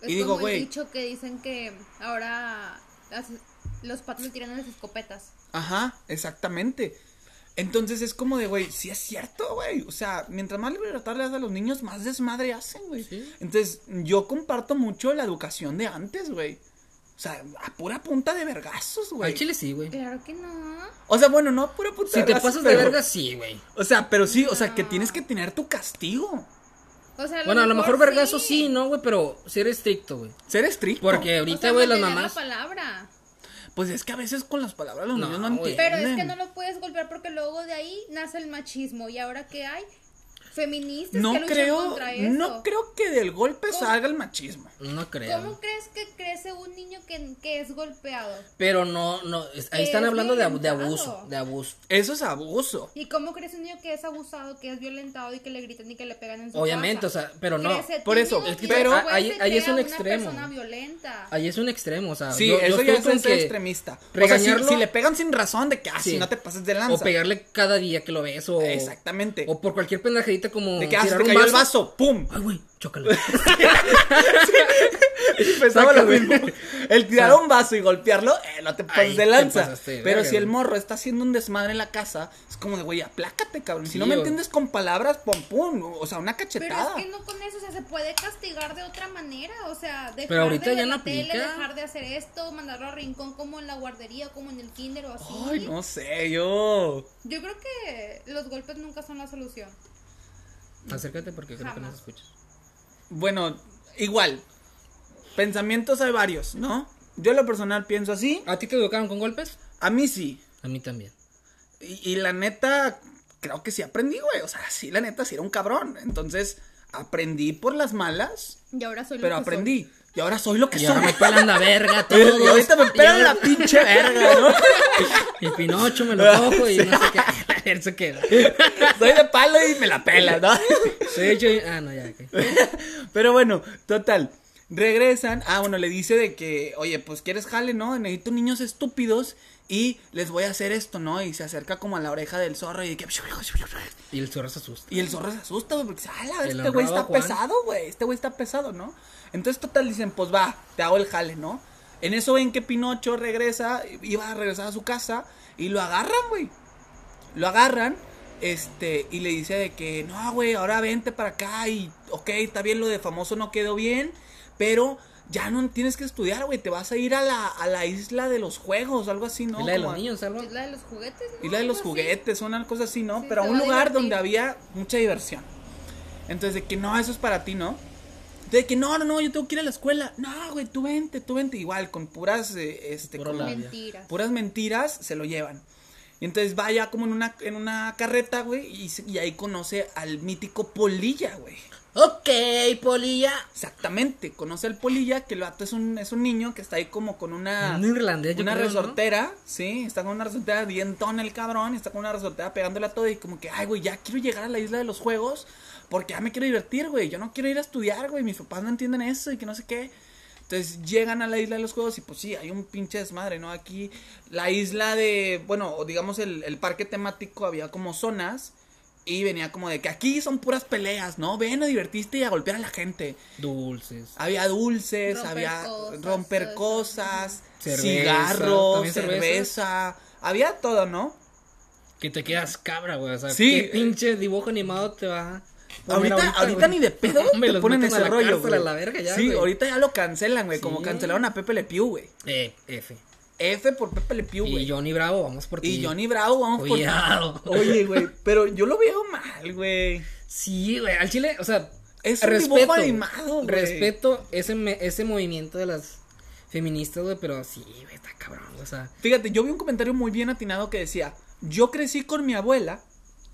Speaker 3: Es
Speaker 1: y digo,
Speaker 3: como el
Speaker 1: güey,
Speaker 3: dicho que dicen que ahora las- los patos le tiran a las escopetas.
Speaker 1: ajá, exactamente. Entonces es como de, güey, sí es cierto, güey. O sea, mientras más libertad le das a los niños, más desmadre hacen, güey.
Speaker 2: Sí.
Speaker 1: Entonces yo comparto mucho la educación de antes, güey. O sea, a pura punta de vergazos, güey.
Speaker 2: Al chile sí, güey.
Speaker 3: Claro que no.
Speaker 1: O sea, bueno, no pura puta.
Speaker 2: Si te
Speaker 1: vergas,
Speaker 2: pasas de
Speaker 1: pero-
Speaker 2: verga, sí, güey.
Speaker 1: O sea, pero sí, o sea, que tienes que tener tu castigo.
Speaker 3: O sea,
Speaker 2: Bueno, a lo mejor vergazo sí, ¿no, güey? Pero ser estricto, güey.
Speaker 1: Ser estricto.
Speaker 2: Porque
Speaker 3: O sea,
Speaker 2: ahorita, güey, las
Speaker 3: mantener
Speaker 2: mamás.
Speaker 3: La palabra.
Speaker 1: Pues es que a veces con las palabras los
Speaker 2: No,
Speaker 1: niños no
Speaker 2: güey.
Speaker 1: entienden.
Speaker 3: Pero es que no lo puedes golpear porque luego de ahí nace el machismo. ¿Y ahora qué hay? feministas que
Speaker 1: No
Speaker 3: luchan
Speaker 1: creo,
Speaker 3: contra eso.
Speaker 1: no creo que del golpe
Speaker 3: ¿Cómo?
Speaker 1: salga el machismo.
Speaker 2: No creo.
Speaker 3: ¿Cómo crees que crece un niño que, que es golpeado?
Speaker 2: Pero no, no, es- ahí
Speaker 3: Que
Speaker 2: están
Speaker 3: es
Speaker 2: hablando de, abu- de
Speaker 3: violentado.
Speaker 2: abuso, de abuso.
Speaker 1: Eso es abuso.
Speaker 3: ¿Y cómo crece un niño que es abusado, que es violentado y que le gritan y que le pegan en su
Speaker 2: Obviamente,
Speaker 3: casa?
Speaker 2: o sea, pero no.
Speaker 3: Crece
Speaker 1: por eso,
Speaker 3: tímido
Speaker 1: es
Speaker 3: y
Speaker 1: que- pero-
Speaker 3: después
Speaker 2: ahí-
Speaker 3: se
Speaker 2: ahí es
Speaker 3: crea
Speaker 2: un
Speaker 3: una
Speaker 2: extremo.
Speaker 3: persona violenta.
Speaker 2: Ahí es un extremo, o sea,
Speaker 1: Sí,
Speaker 2: Ah, yo- yo
Speaker 1: eso ya
Speaker 2: estoy
Speaker 1: es
Speaker 2: con
Speaker 1: un ser
Speaker 2: que
Speaker 1: extremista. O sea, si,
Speaker 2: regañarlo-
Speaker 1: si le pegan sin razón de que, ah,
Speaker 2: Sí.
Speaker 1: si no te pases de
Speaker 2: o
Speaker 1: lanza.
Speaker 2: pegarle cada día que lo ves o
Speaker 1: Exactamente.
Speaker 2: o por cualquier pendejadita como
Speaker 1: de que, ah, se te
Speaker 2: tirar un
Speaker 1: cayó el vaso, ¡pum!
Speaker 2: Ay, güey, chócala.
Speaker 1: Pensaba lo
Speaker 2: Sácame.
Speaker 1: mismo. El tirar un vaso y golpearlo, eh, no te pases
Speaker 2: Ay,
Speaker 1: de
Speaker 2: te
Speaker 1: lanza.
Speaker 2: pasaste de
Speaker 1: Pero
Speaker 2: verga,
Speaker 1: si el
Speaker 2: güey.
Speaker 1: morro está haciendo un desmadre en la casa, es como de, güey, aplácate, cabrón. Si
Speaker 2: Sí,
Speaker 1: no me
Speaker 2: güey.
Speaker 1: entiendes con palabras, pum, pum. O sea, una
Speaker 3: Pero
Speaker 1: cachetada.
Speaker 3: es que no con eso, o sea, se puede castigar de otra manera, o sea, dejar
Speaker 2: Pero ahorita
Speaker 3: de ver
Speaker 2: ya no
Speaker 3: la tele,
Speaker 2: aplica.
Speaker 3: dejar de hacer esto, mandarlo a rincón como en la guardería, como en el kinder o así.
Speaker 1: Ay, no sé, yo.
Speaker 3: Yo creo que los golpes nunca son la solución.
Speaker 2: Acércate porque creo que no
Speaker 3: Jamás.
Speaker 2: se escucha.
Speaker 1: Bueno, igual. Pensamientos hay varios, ¿no? Yo en lo personal pienso así.
Speaker 2: ¿A ti te educaron con golpes?
Speaker 1: A mí sí.
Speaker 2: A mí también.
Speaker 1: Y, y la neta, creo que sí aprendí, güey. O sea, sí, la neta, sí era un cabrón. Entonces, aprendí por las malas,
Speaker 3: Y ahora soy lo
Speaker 1: pero
Speaker 3: que soy.
Speaker 1: aprendí. Y ahora soy lo que
Speaker 2: Y
Speaker 1: soy.
Speaker 2: ahora me pelan la verga
Speaker 1: Y
Speaker 2: todo.
Speaker 1: ahorita me pelan la pinche verga, ¿no?
Speaker 2: Y Pinocho me lo cojo y no sé qué. A ver, se queda.
Speaker 1: Soy de palo y me la pela, ¿no?
Speaker 2: De hecho, ah, no, ya. ok.
Speaker 1: Pero bueno, total. Regresan. Ah, bueno, le dice de que, oye, pues quieres jale, ¿no? Necesito niños estúpidos y les voy a hacer esto, ¿no? Y se acerca como a la oreja del zorro y de que.
Speaker 2: Y el zorro se asusta.
Speaker 1: Y el zorro se asusta, güey, porque dice, ala,
Speaker 2: El
Speaker 1: este güey está
Speaker 2: honrado Juan.
Speaker 1: pesado, güey, este güey está pesado, ¿no? Entonces, total, dicen, pues va, te hago el jale, ¿no? En eso ven que Pinocho regresa, iba a regresar a su casa, y lo agarran, güey. Lo agarran, este, y le dice de que, no, güey, ahora vente para acá, y, ok, está bien, lo de famoso no quedó bien, pero ya no tienes que estudiar, güey, te vas a ir a la, a la isla de los juegos, algo así, ¿no?
Speaker 2: Y la de los
Speaker 1: Como-
Speaker 2: niños, algo.
Speaker 3: Es la de los juguetes, ¿no?
Speaker 1: y la de los
Speaker 3: Algo así.
Speaker 1: juguetes, una cosa así, ¿no?
Speaker 3: Sí,
Speaker 1: Pero a
Speaker 3: te
Speaker 1: un
Speaker 3: va a
Speaker 1: lugar
Speaker 3: divertir.
Speaker 1: donde había mucha diversión. Entonces, de que no, eso es para ti, ¿no? Entonces, de que no, no, no, yo tengo que ir a la escuela. No, güey, tú vente, tú vente. Igual, con puras, eh, este,
Speaker 2: Puro
Speaker 1: como-
Speaker 2: labia.
Speaker 3: Mentiras.
Speaker 1: puras mentiras, se lo llevan. Y entonces vaya como en una, en una carreta, güey, y, se- y ahí conoce al mítico Polilla, güey.
Speaker 2: Ok, polilla.
Speaker 1: Exactamente, conoce al Polilla, que el vato es un, es un niño que está ahí como con una...
Speaker 2: Un irlandés, yo
Speaker 1: Una
Speaker 2: creo, ¿no?
Speaker 1: resortera, sí, está con una resortera dientón el cabrón, está con una resortera pegándole a todo y como que, ay, güey, ya quiero llegar a la isla de los juegos porque ya me quiero divertir, güey, yo no quiero ir a estudiar, güey, mis papás no entienden eso y que no sé qué. Entonces llegan a la isla de los juegos y pues sí, hay un pinche desmadre, ¿no? Aquí la isla de, bueno, o digamos el, el parque temático había como zonas y venía como de que aquí son puras peleas, ¿no? Ven a divertirte y a golpear a la gente.
Speaker 2: Dulces.
Speaker 1: Había dulces,
Speaker 3: Romper
Speaker 1: había
Speaker 3: cosas, todo
Speaker 1: romper
Speaker 3: eso.
Speaker 1: cosas,
Speaker 2: Cerveza,
Speaker 1: cigarros,
Speaker 2: ¿también
Speaker 1: cerveza?
Speaker 2: cerveza? Había todo, ¿no? Que te quedas cabra, güey. O sea,
Speaker 1: Sí.
Speaker 2: qué pinche dibujo animado te va a poner
Speaker 1: Ahorita, ahorita, ni
Speaker 2: güey?
Speaker 1: de pedo
Speaker 2: Me
Speaker 1: te
Speaker 2: los
Speaker 1: ponen
Speaker 2: meten a
Speaker 1: ese
Speaker 2: la
Speaker 1: rollo,
Speaker 2: cárcel,
Speaker 1: güey.
Speaker 2: a la verga ya,
Speaker 1: sí,
Speaker 2: güey.
Speaker 1: ahorita ya lo cancelan, güey, como
Speaker 2: Sí.
Speaker 1: cancelaron a Pepe Le Pew, güey.
Speaker 2: Eh, F.
Speaker 1: F por Pepe Le Pew, güey.
Speaker 2: Y Johnny Bravo, vamos por ti.
Speaker 1: Y Johnny Bravo, vamos
Speaker 2: Cuidado.
Speaker 1: por... Oye, güey, pero yo lo veo mal, güey.
Speaker 2: Sí, güey, al chile, o sea,
Speaker 1: Es un dibujo animado, güey.
Speaker 2: Respeto ese, me- ese movimiento de las feministas, güey, pero sí, güey, está cabrón, o sea,
Speaker 1: Fíjate, yo vi un comentario muy bien atinado que decía, yo crecí con mi abuela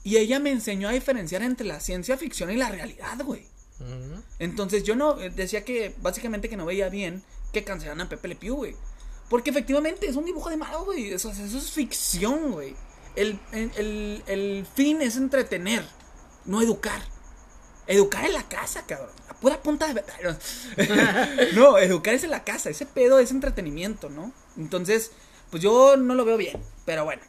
Speaker 1: y ella me enseñó a diferenciar entre la ciencia ficción y la realidad, güey.
Speaker 2: ujú,
Speaker 1: Entonces yo no eh, decía que básicamente que no veía bien que cancelaran a Pepe Le Pew, güey. Porque efectivamente es un dibujo animado, güey. Eso, eso es ficción, güey. El, el- el- el fin es entretener, no educar. Educar en la casa, cabrón. A pura punta de. ver- No, educar es en la casa. Ese pedo es entretenimiento, ¿no? Entonces, pues yo no lo veo bien. Pero bueno.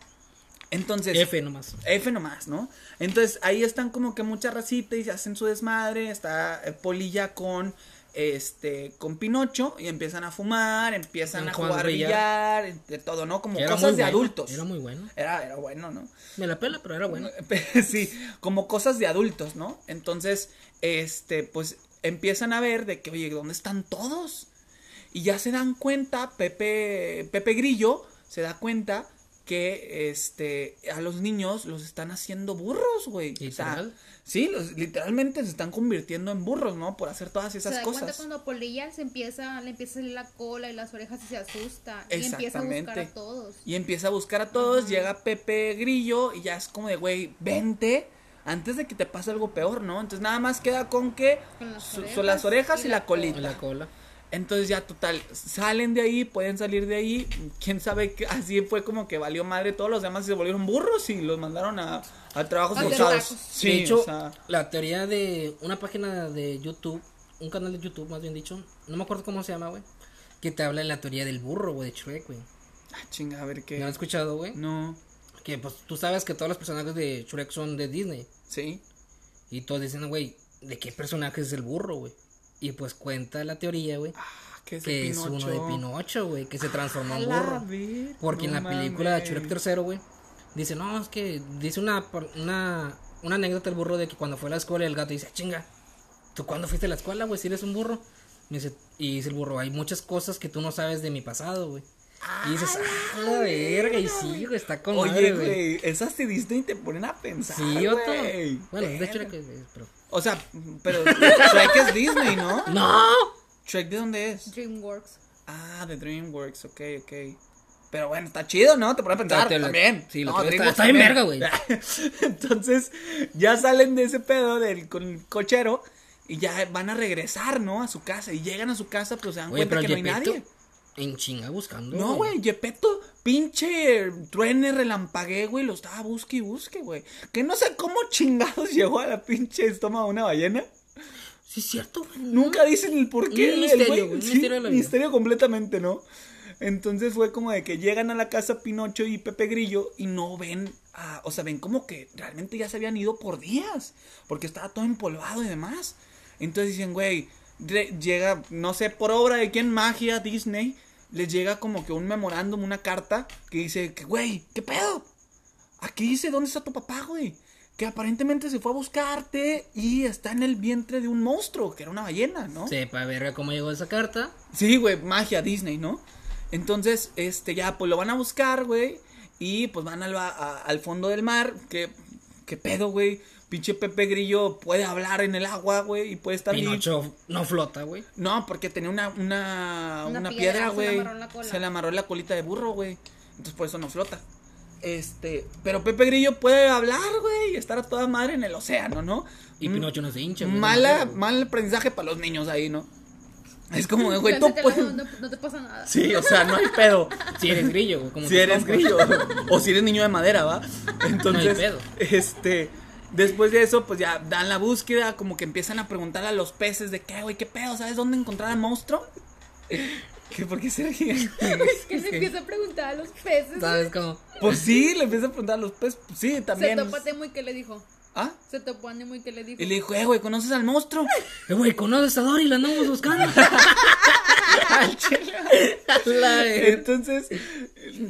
Speaker 1: Entonces.
Speaker 2: F nomás.
Speaker 1: F nomás, ¿no? Entonces ahí están como que mucha racita y se hacen su desmadre. Está eh, Polilla con este con Pinocho y empiezan a fumar, empiezan a
Speaker 2: Juan
Speaker 1: jugar
Speaker 2: Villar.
Speaker 1: billar, de todo, ¿no? Como
Speaker 2: Que era
Speaker 1: cosas
Speaker 2: muy
Speaker 1: de
Speaker 2: bueno,
Speaker 1: adultos.
Speaker 2: Era muy bueno.
Speaker 1: Era, era bueno, ¿no?
Speaker 2: Me la pela, pero era bueno.
Speaker 1: sí, como cosas de adultos, ¿no? Entonces, este, pues empiezan a ver de que, oye, ¿dónde están todos? Y ya se dan cuenta, Pepe, Pepe Grillo se da cuenta que este a los niños los están haciendo burros, güey. O sea,
Speaker 2: Literal.
Speaker 1: sí, los- literalmente se están convirtiendo en burros, ¿no? Por hacer todas
Speaker 3: ¿Se
Speaker 1: esas
Speaker 3: da cuenta
Speaker 1: cosas.
Speaker 3: cuando Polilla se empieza, le empieza a salir la cola y las orejas y se asusta? Y empieza a buscar
Speaker 1: Exactamente.
Speaker 3: a todos.
Speaker 1: Y empieza a buscar a todos, llega Pepe Grillo y ya es como de, güey, vente, antes de que te pase algo peor, ¿no? Entonces nada más queda con que
Speaker 3: Con las
Speaker 1: su-
Speaker 3: orejas
Speaker 1: son las orejas y,
Speaker 3: y
Speaker 1: la,
Speaker 3: la
Speaker 1: colita.
Speaker 2: En la cola.
Speaker 1: Entonces ya total, salen de ahí, pueden salir de ahí, quién sabe, qué- así fue como que valió madre, todos los demás se volvieron burros y los mandaron a, a trabajos
Speaker 3: A hacer
Speaker 1: forzados.
Speaker 3: tacos.
Speaker 1: Sí,
Speaker 2: de hecho,
Speaker 1: o sea,
Speaker 2: la teoría de una página de YouTube, un canal de YouTube más bien dicho, no me acuerdo cómo se llama, güey, que te habla de la teoría del burro, güey, de Shrek, güey.
Speaker 1: ah, chinga, a ver qué.
Speaker 2: ¿No has escuchado, güey?
Speaker 1: No,
Speaker 2: Que pues tú sabes que todos los personajes de Shrek son de Disney.
Speaker 1: sí.
Speaker 2: Y todos dicen, güey, ¿de qué personaje es el burro, güey? Y pues cuenta la teoría, güey,
Speaker 1: Ah, que es, de
Speaker 2: que es uno de Pinocho, güey, que se transformó
Speaker 1: A
Speaker 2: en
Speaker 1: la
Speaker 2: burro.
Speaker 1: ver-
Speaker 2: Porque
Speaker 1: no
Speaker 2: en la película de
Speaker 1: mames.
Speaker 2: Shrek tercero, güey, dice, no, es que dice una, par- una, una anécdota el burro de que cuando fue a la escuela el gato dice, chinga, ¿tú cuándo fuiste a la escuela, güey? Si eres un burro. Me dice- y dice el burro, hay muchas cosas que tú no sabes de mi pasado, güey. Y dices, ah, la verga, y sí, güey, está con
Speaker 1: Oye,
Speaker 2: madre, güey.
Speaker 1: güey, esas de Disney te ponen a pensar.
Speaker 2: Sí, otro.
Speaker 1: güey.
Speaker 2: Bueno, de hecho,
Speaker 1: Verga.
Speaker 2: que- eh, pero...
Speaker 1: O sea, pero Shrek es Disney, ¿no?
Speaker 2: ¡No!
Speaker 1: ¿Shrek de dónde es?
Speaker 3: DreamWorks.
Speaker 1: Ah, de DreamWorks, ok, ok. Pero bueno, está chido, ¿no? Te pones a pensar
Speaker 2: Te lo-
Speaker 1: también.
Speaker 2: sí, lo
Speaker 1: No,
Speaker 2: tuyo
Speaker 1: DreamWorks
Speaker 2: está- está bien
Speaker 1: también.
Speaker 2: verga, güey.
Speaker 1: Entonces, ya salen de ese pedo del con el cochero y ya van a regresar, ¿no? A su casa. Y llegan a su casa, pero se dan
Speaker 2: Oye,
Speaker 1: cuenta
Speaker 2: pero
Speaker 1: que
Speaker 2: el
Speaker 1: no hay nadie.
Speaker 2: Gepetto en chinga buscando.
Speaker 1: No, güey, Yepeto, pinche truene, relampagué, güey, lo estaba busque y busque, güey. Que no sé cómo chingados llegó a la pinche estómago de una ballena.
Speaker 2: Sí, es cierto, güey.
Speaker 1: Nunca dicen el por qué.
Speaker 2: Un
Speaker 1: el
Speaker 2: misterio,
Speaker 1: güey,
Speaker 2: güey, un
Speaker 1: sí,
Speaker 2: misterio de la vida.
Speaker 1: misterio completamente, ¿no? Entonces fue como de que llegan a la casa Pinocho y Pepe Grillo y no ven, a- o sea, ven como que realmente ya se habían ido por días, porque estaba todo empolvado y demás. Entonces dicen, güey, re- llega, no sé, por obra de quién, magia, Disney, les llega como que un memorándum, una carta que dice, que, güey, ¿qué pedo? Aquí dice, ¿dónde está tu papá, güey? Que aparentemente se fue a buscarte y está en el vientre de un monstruo, que era una ballena, ¿no?
Speaker 2: Sepa, verga, cómo llegó esa carta.
Speaker 1: Sí, güey, magia Disney, ¿no? Entonces, este, ya, pues lo van a buscar, güey. Y pues van al, ba- a- al fondo del mar. ¿Qué, qué pedo, güey? Pinche Pepe Grillo puede hablar en el agua, güey. Y puede estar bien-
Speaker 2: Pinocho no flota, güey.
Speaker 1: No, porque tenía una, una,
Speaker 3: Una
Speaker 1: una piedra,
Speaker 3: piedra, se le
Speaker 1: güey.
Speaker 3: amarró en la cola.
Speaker 1: Se le amarró la colita de burro, güey. Entonces por eso no flota. Este, pero Pepe Grillo puede hablar, güey, y estar a toda madre en el océano, ¿no?
Speaker 2: Y
Speaker 1: Mm,
Speaker 2: Pinocho no se hincha, güey.
Speaker 1: Mala,
Speaker 2: No sé, güey.
Speaker 1: mal aprendizaje para los niños ahí, ¿no? Es como, de, güey,
Speaker 3: Güey,
Speaker 1: tú puedes...
Speaker 3: no, no te pasa nada.
Speaker 1: Sí, o sea, no hay pedo.
Speaker 2: Si eres grillo, güey. como
Speaker 1: Si
Speaker 2: tus
Speaker 1: eres
Speaker 2: compas.
Speaker 1: grillo. O si eres niño de madera, ¿va? Entonces,
Speaker 2: No hay pedo.
Speaker 1: este. Después de eso, pues ya dan la búsqueda, como que empiezan a preguntar a los peces de qué, güey, qué pedo, ¿sabes dónde encontrar al monstruo? Eh, ¿Qué, ¿Por qué se ríen?
Speaker 3: Que le empieza a preguntar a los peces.
Speaker 2: ¿Sabes cómo?
Speaker 1: Pues sí, le empiezan a preguntar a los peces. pues sí,
Speaker 3: Se
Speaker 1: también.
Speaker 3: topó a Temu y que le dijo.
Speaker 1: ¿Ah?
Speaker 3: Se topó a Nemo y que le dijo.
Speaker 1: Y le dijo, eh, güey, ¿conoces al monstruo?
Speaker 2: Eh, güey, conoces a Dory, la andamos buscando. La verga.
Speaker 1: Entonces,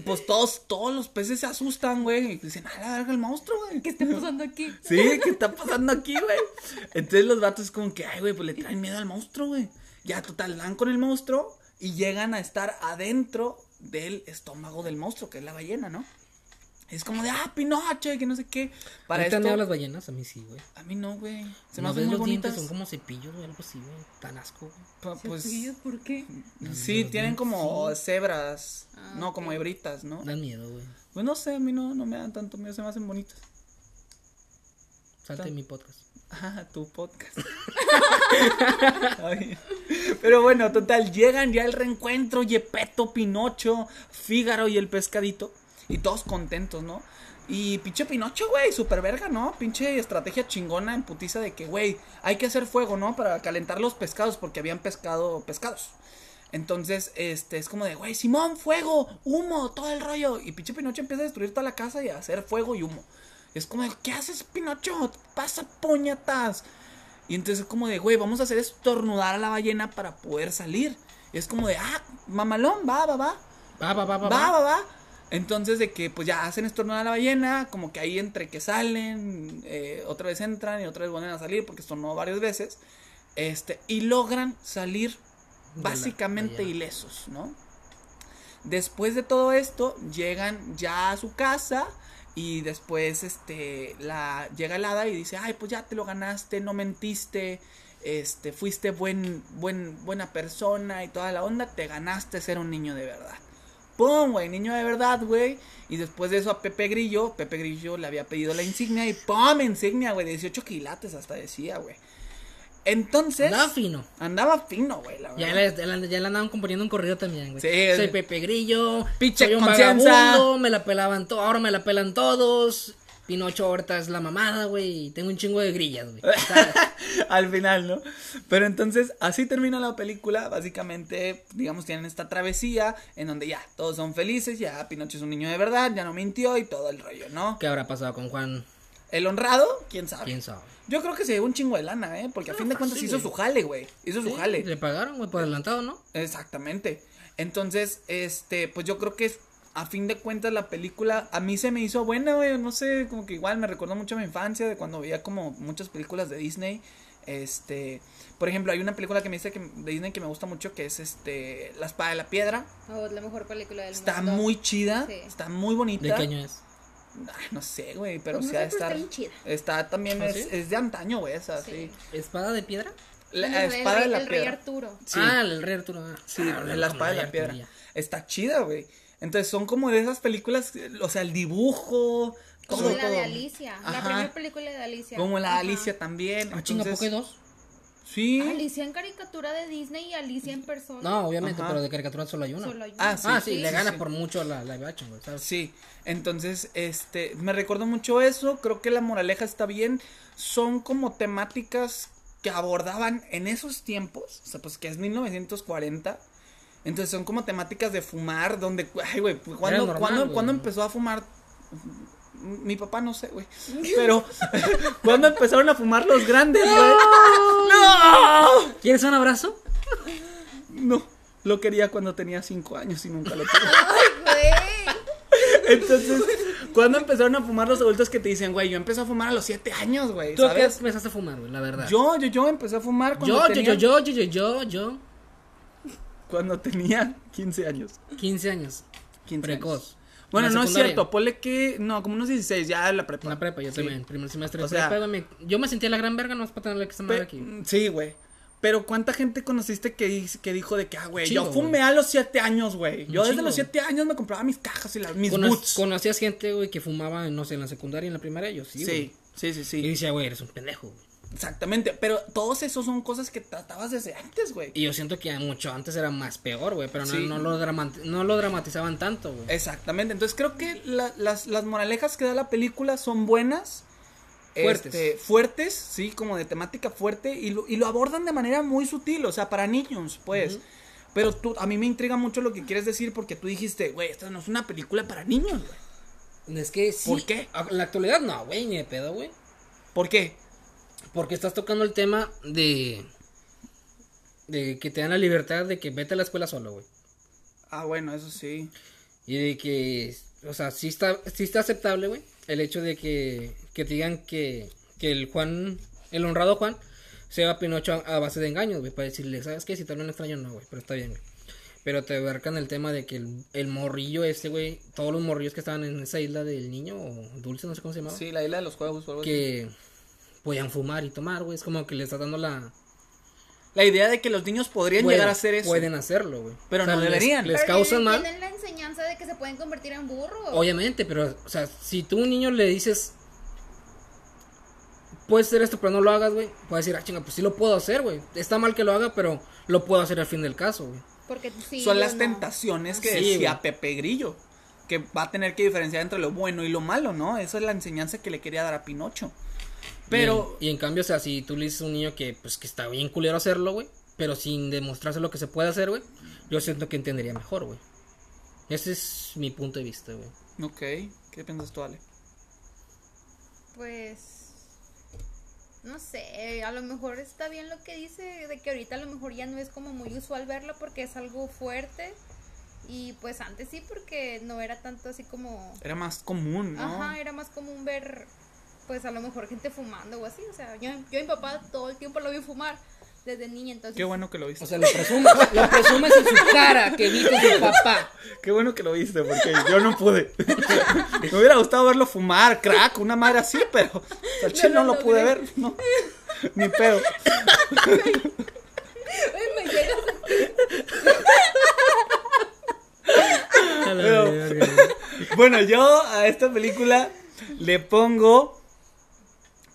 Speaker 1: pues todos, todos los peces se asustan, güey. Y dicen, a la verga, el monstruo, güey.
Speaker 3: ¿Qué está
Speaker 2: este
Speaker 3: pasando aquí?
Speaker 1: Sí, ¿qué está pasando aquí, güey? Entonces los vatos como que, ay, güey, pues le traen miedo al monstruo, güey. Ya, total, dan con el monstruo y llegan a estar adentro del estómago del monstruo, que es la ballena, ¿no? Es como de, ah, Pinocho, y que no sé qué. Para
Speaker 2: ¿No te
Speaker 1: esto...
Speaker 2: han dado las ballenas? A mí sí, güey.
Speaker 1: A mí no, güey. Se me
Speaker 2: ¿No
Speaker 1: hacen
Speaker 2: ves
Speaker 1: muy
Speaker 2: los dientes?
Speaker 1: bonitas.
Speaker 2: Son como cepillos, güey, algo así, güey. Tan asco, güey.
Speaker 1: Pa- Pues,
Speaker 3: Cepillos, ¿Por qué?
Speaker 1: sí, tienen como cebras,
Speaker 3: Ah,
Speaker 1: no, como hebritas, ¿no?
Speaker 2: Dan miedo, güey.
Speaker 1: Pues no sé, a mí no, no me dan tanto miedo, se me hacen bonitas.
Speaker 2: Salte de mi podcast.
Speaker 1: Ah, tu podcast. Ay. Pero bueno, total, llegan ya el reencuentro, Yepeto, Pinocho, Fígaro y el pescadito. Y todos contentos, ¿no? Y pinche Pinocho, güey, super verga, ¿no? Pinche estrategia chingona en putiza de que, güey, hay que hacer fuego, ¿no? Para calentar los pescados, porque habían pescado pescados. Entonces, este, es como de, güey, Simón, fuego, humo, todo el rollo. Y pinche Pinocho empieza a destruir toda la casa y a hacer fuego y humo. Es como de, ¿qué haces, Pinocho? Pasa puñetas. Y entonces es como de, güey, vamos a hacer estornudar a la ballena para poder salir. Y es como de, ah, mamalón, va, va, va.
Speaker 2: Va, va, va, va.
Speaker 1: Va,
Speaker 2: va.
Speaker 1: va, va. Entonces de que pues ya hacen estornudar a la ballena, como que ahí entre que salen, eh, otra vez entran y otra vez vuelven a salir porque estornudó varias veces. Este, y logran salir
Speaker 2: De la
Speaker 1: básicamente
Speaker 2: ballena.
Speaker 1: ilesos, ¿no? Después de todo esto, llegan ya a su casa y después este la llega el hada y dice, "Ay, pues ya te lo ganaste, no mentiste, este fuiste buen buen buena persona y toda la onda, te ganaste ser un niño de verdad." ¡Pum, güey! Niño de verdad, güey. Y después de eso a Pepe Grillo, Pepe Grillo le había pedido la insignia y ¡pum! Insignia, güey. 18 quilates hasta decía, güey. Entonces.
Speaker 2: Andaba fino.
Speaker 1: Andaba fino, güey, la
Speaker 2: Ya
Speaker 1: verdad.
Speaker 2: le, ya le- ya le andaban componiendo un corrido también, güey.
Speaker 1: Sí. eh.
Speaker 2: Soy Pepe Grillo,
Speaker 1: Pinche
Speaker 2: soy un
Speaker 1: conciencia.
Speaker 2: vagabundo, me la pelaban todo, ahora me la pelan todos. Pinocho ahorita es la mamada, güey, y tengo un chingo de grillas, güey. O sea,
Speaker 1: Al final, ¿no? Pero entonces, así termina la película. Básicamente, digamos, tienen esta travesía en donde ya todos son felices, ya Pinocho es un niño de verdad, ya no mintió y todo el rollo, ¿no?
Speaker 2: ¿Qué habrá pasado con Juan?
Speaker 1: El honrado, quién sabe.
Speaker 2: ¿Quién sabe?
Speaker 1: Yo creo que se llevó un chingo de lana, ¿eh? Porque a
Speaker 2: Ah,
Speaker 1: fin de cuentas
Speaker 2: fácil,
Speaker 1: hizo su
Speaker 2: güey.
Speaker 1: jale, güey. Hizo su jale.
Speaker 2: Le pagaron, güey, por adelantado, ¿no?
Speaker 1: Exactamente. Entonces, este, pues yo creo que es- a fin de cuentas la película a mí se me hizo buena, güey, no sé, como que igual me recordó mucho a mi infancia de cuando veía como muchas películas de Disney. Este, por ejemplo, hay una película que me dice que de Disney que me gusta mucho que es este La espada de la piedra.
Speaker 3: Oh, es la mejor película del
Speaker 1: Está
Speaker 3: mundo.
Speaker 1: muy chida,
Speaker 3: Sí.
Speaker 1: está muy
Speaker 2: ¿De
Speaker 1: bonita.
Speaker 2: qué año es?
Speaker 1: Ah, no sé, güey, pero
Speaker 3: Pues
Speaker 1: sí
Speaker 3: no
Speaker 1: ha
Speaker 3: sé,
Speaker 1: de
Speaker 3: pero está
Speaker 1: estar
Speaker 3: bien chida.
Speaker 1: está también
Speaker 2: ¿Ah,
Speaker 1: es,
Speaker 2: sí?
Speaker 1: es de antaño, güey, esa, sí.
Speaker 3: Sí.
Speaker 2: ¿Espada de piedra?
Speaker 1: La,
Speaker 3: El rey-
Speaker 1: espada de
Speaker 3: el
Speaker 1: la
Speaker 3: rey
Speaker 1: piedra.
Speaker 3: Arturo.
Speaker 1: Sí.
Speaker 2: Ah, el rey Arturo. ah.
Speaker 1: Sí,
Speaker 2: Ah,
Speaker 1: la espada de
Speaker 2: con
Speaker 1: la piedra.
Speaker 2: Arturilla.
Speaker 1: Está chida, güey. Entonces son como de esas películas, eh, o sea, el dibujo, todo,
Speaker 3: Como la
Speaker 1: todo.
Speaker 3: de Alicia. La
Speaker 1: Ajá.
Speaker 3: primera película de Alicia.
Speaker 1: Como la
Speaker 3: Ajá.
Speaker 1: de Alicia también.
Speaker 2: Ah, chinga, ¿por
Speaker 1: entonces-
Speaker 2: qué dos?
Speaker 1: Sí.
Speaker 3: Alicia en caricatura de Disney y Alicia en persona.
Speaker 2: No, obviamente,
Speaker 1: Ajá.
Speaker 2: pero de caricatura solo hay una.
Speaker 3: Solo hay
Speaker 1: Ah,
Speaker 3: una.
Speaker 1: sí.
Speaker 2: Ah, sí, le
Speaker 1: sí,
Speaker 2: gana
Speaker 1: sí.
Speaker 2: por mucho la live action, güey, ¿sabes?
Speaker 1: Sí, entonces, este, me recuerdo mucho eso, creo que la moraleja está bien, son como temáticas que abordaban en esos tiempos, o sea, pues que es 1940, entonces son como temáticas de fumar, donde, ay, güey, pues, ¿cuándo,
Speaker 2: normal,
Speaker 1: cuándo-
Speaker 2: güey.
Speaker 1: cuándo empezó a fumar? Mi papá no sé, güey, pero ¿cuándo empezaron a fumar los grandes, güey? ¡Ah! ¡No!
Speaker 2: ¿Quieres un abrazo?
Speaker 1: No, lo quería cuando tenía cinco años y nunca lo tuve.
Speaker 3: Güey.
Speaker 1: Entonces, ¿cuándo empezaron a fumar los adultos que te dicen, güey, yo empecé a fumar a los 7 años, güey?
Speaker 2: ¿Tú a qué edad
Speaker 1: ¿Sabes?
Speaker 2: empezaste a fumar, güey? La verdad.
Speaker 1: Yo, yo, yo empecé a fumar cuando
Speaker 2: yo,
Speaker 1: tenía...
Speaker 2: yo, yo, yo, yo, yo, yo,
Speaker 1: Cuando tenía 15 años.
Speaker 2: 15 años.
Speaker 1: 15
Speaker 2: Precoz.
Speaker 1: años. Bueno,
Speaker 2: En la
Speaker 1: no es
Speaker 2: secundaria.
Speaker 1: cierto, ponle que... No, como unos 16, ya en la prepa.
Speaker 2: En la prepa, yo
Speaker 1: Sí.
Speaker 2: también, primer semestre.
Speaker 1: O
Speaker 2: de
Speaker 1: sea-
Speaker 2: prepa, güey, me- yo me sentía la gran verga, no es para tener que esta madre
Speaker 1: Pe-
Speaker 2: aquí.
Speaker 1: Sí, güey. Pero ¿cuánta gente conociste que, dis- que dijo de que, ah, güey,
Speaker 2: Chingo,
Speaker 1: yo fumé a los 7 años, güey? Yo desde
Speaker 2: chingo.
Speaker 1: los 7 años me compraba mis cajas y las, mis
Speaker 2: Cono-
Speaker 1: boots.
Speaker 2: conocías gente, güey, que fumaba, no sé, en la secundaria, en la primaria, yo sí,
Speaker 1: Sí,
Speaker 2: güey.
Speaker 1: sí, sí, sí,
Speaker 2: Y decía, güey, eres un pendejo, güey.
Speaker 1: Exactamente, pero todos esos son cosas que tratabas desde antes, güey.
Speaker 2: Y yo siento que mucho antes era más peor, güey, pero no,
Speaker 1: Sí. Eh,
Speaker 2: no, lo drama- no lo dramatizaban tanto, güey.
Speaker 1: Exactamente, entonces creo que la- las, las moralejas que da la película son buenas.
Speaker 2: Fuertes.
Speaker 1: este, fuertes, sí, como de temática fuerte y lo, y lo abordan de manera muy sutil, o sea, para niños, pues. Pero tú, a mí me intriga mucho lo que quieres decir porque tú dijiste, güey, esta no es una película para niños, güey.
Speaker 2: Es que sí.
Speaker 1: ¿Por qué?
Speaker 2: a- En la actualidad no, güey, ni de pedo, güey.
Speaker 1: ¿Por qué?
Speaker 2: Porque estás tocando el tema de. de que te dan la libertad de que vete a la escuela solo, güey.
Speaker 1: Ah, bueno, eso sí.
Speaker 2: Y de que. O sea, sí está, sí está aceptable, güey. El hecho de que. que te digan que. que el Juan. el honrado Juan. se va a Pinocho a, a base de engaños, güey. Para decirle, ¿sabes qué? Si te hablan extraño, no, güey. Pero está bien, güey. Pero te abarcan el tema de que el, el morrillo este, güey. Todos los morrillos que estaban en esa isla del niño. O dulce, no sé cómo se llamaba
Speaker 1: Sí, pues. la isla de los juegos. o algo así.
Speaker 2: que podían fumar y tomar, güey. Es como que le estás dando la.
Speaker 1: La idea de que los niños podrían
Speaker 2: Pueden-
Speaker 1: llegar a hacer eso.
Speaker 2: Pueden hacerlo, güey.
Speaker 1: Pero no
Speaker 2: les-
Speaker 1: deberían.
Speaker 2: Les,
Speaker 3: Pero
Speaker 2: causan
Speaker 3: tienen-
Speaker 2: mal.
Speaker 3: Tienen la enseñanza de que se pueden convertir en burros.
Speaker 2: Obviamente, pero, o sea, si tú a un niño le dices. Puedes hacer esto, pero no lo hagas, güey. Puedes decir, ah, chinga, pues sí lo puedo hacer, güey. Está mal que lo haga, pero lo puedo hacer al fin del caso, güey.
Speaker 3: Porque sí,
Speaker 1: Son
Speaker 3: yo
Speaker 1: las
Speaker 3: no.
Speaker 1: tentaciones que
Speaker 2: Sí,
Speaker 1: decía
Speaker 2: güey.
Speaker 1: Pepe Grillo, que va a tener que diferenciar entre lo bueno y lo malo, ¿no? Esa es la enseñanza que le quería dar a Pinocho. Pero,
Speaker 2: Y en, y en cambio, o sea, si tú le dices a un niño que, pues, que está bien culero hacerlo, güey. Pero sin demostrarse lo que se puede hacer, güey. Yo siento que entendería mejor, güey. Ese es mi punto de vista, güey.
Speaker 1: ok, ¿qué piensas tú, Ale?
Speaker 3: Pues. No sé, a lo mejor está bien lo que dice, de que ahorita a lo mejor ya no es como muy usual verlo porque es algo fuerte. Y pues antes sí, porque no era tanto así como.
Speaker 1: Era más común, ¿no?
Speaker 3: Ajá, era más común ver, pues a lo mejor gente fumando o así. O sea, yo, yo a mi papá todo el tiempo lo vi fumar desde niña, entonces.
Speaker 1: Qué bueno que lo viste.
Speaker 2: O sea, lo presumes, lo presumes en su cara que viste a su papá.
Speaker 1: Qué bueno que lo viste, porque yo no pude. Me hubiera gustado verlo fumar, crack, una madre así, pero al chile no,
Speaker 3: No lo
Speaker 1: lo pude
Speaker 3: logré.
Speaker 1: ver, no. Ni pedo.
Speaker 3: Ay, me llega a
Speaker 2: A
Speaker 1: Bueno, yo a esta película le pongo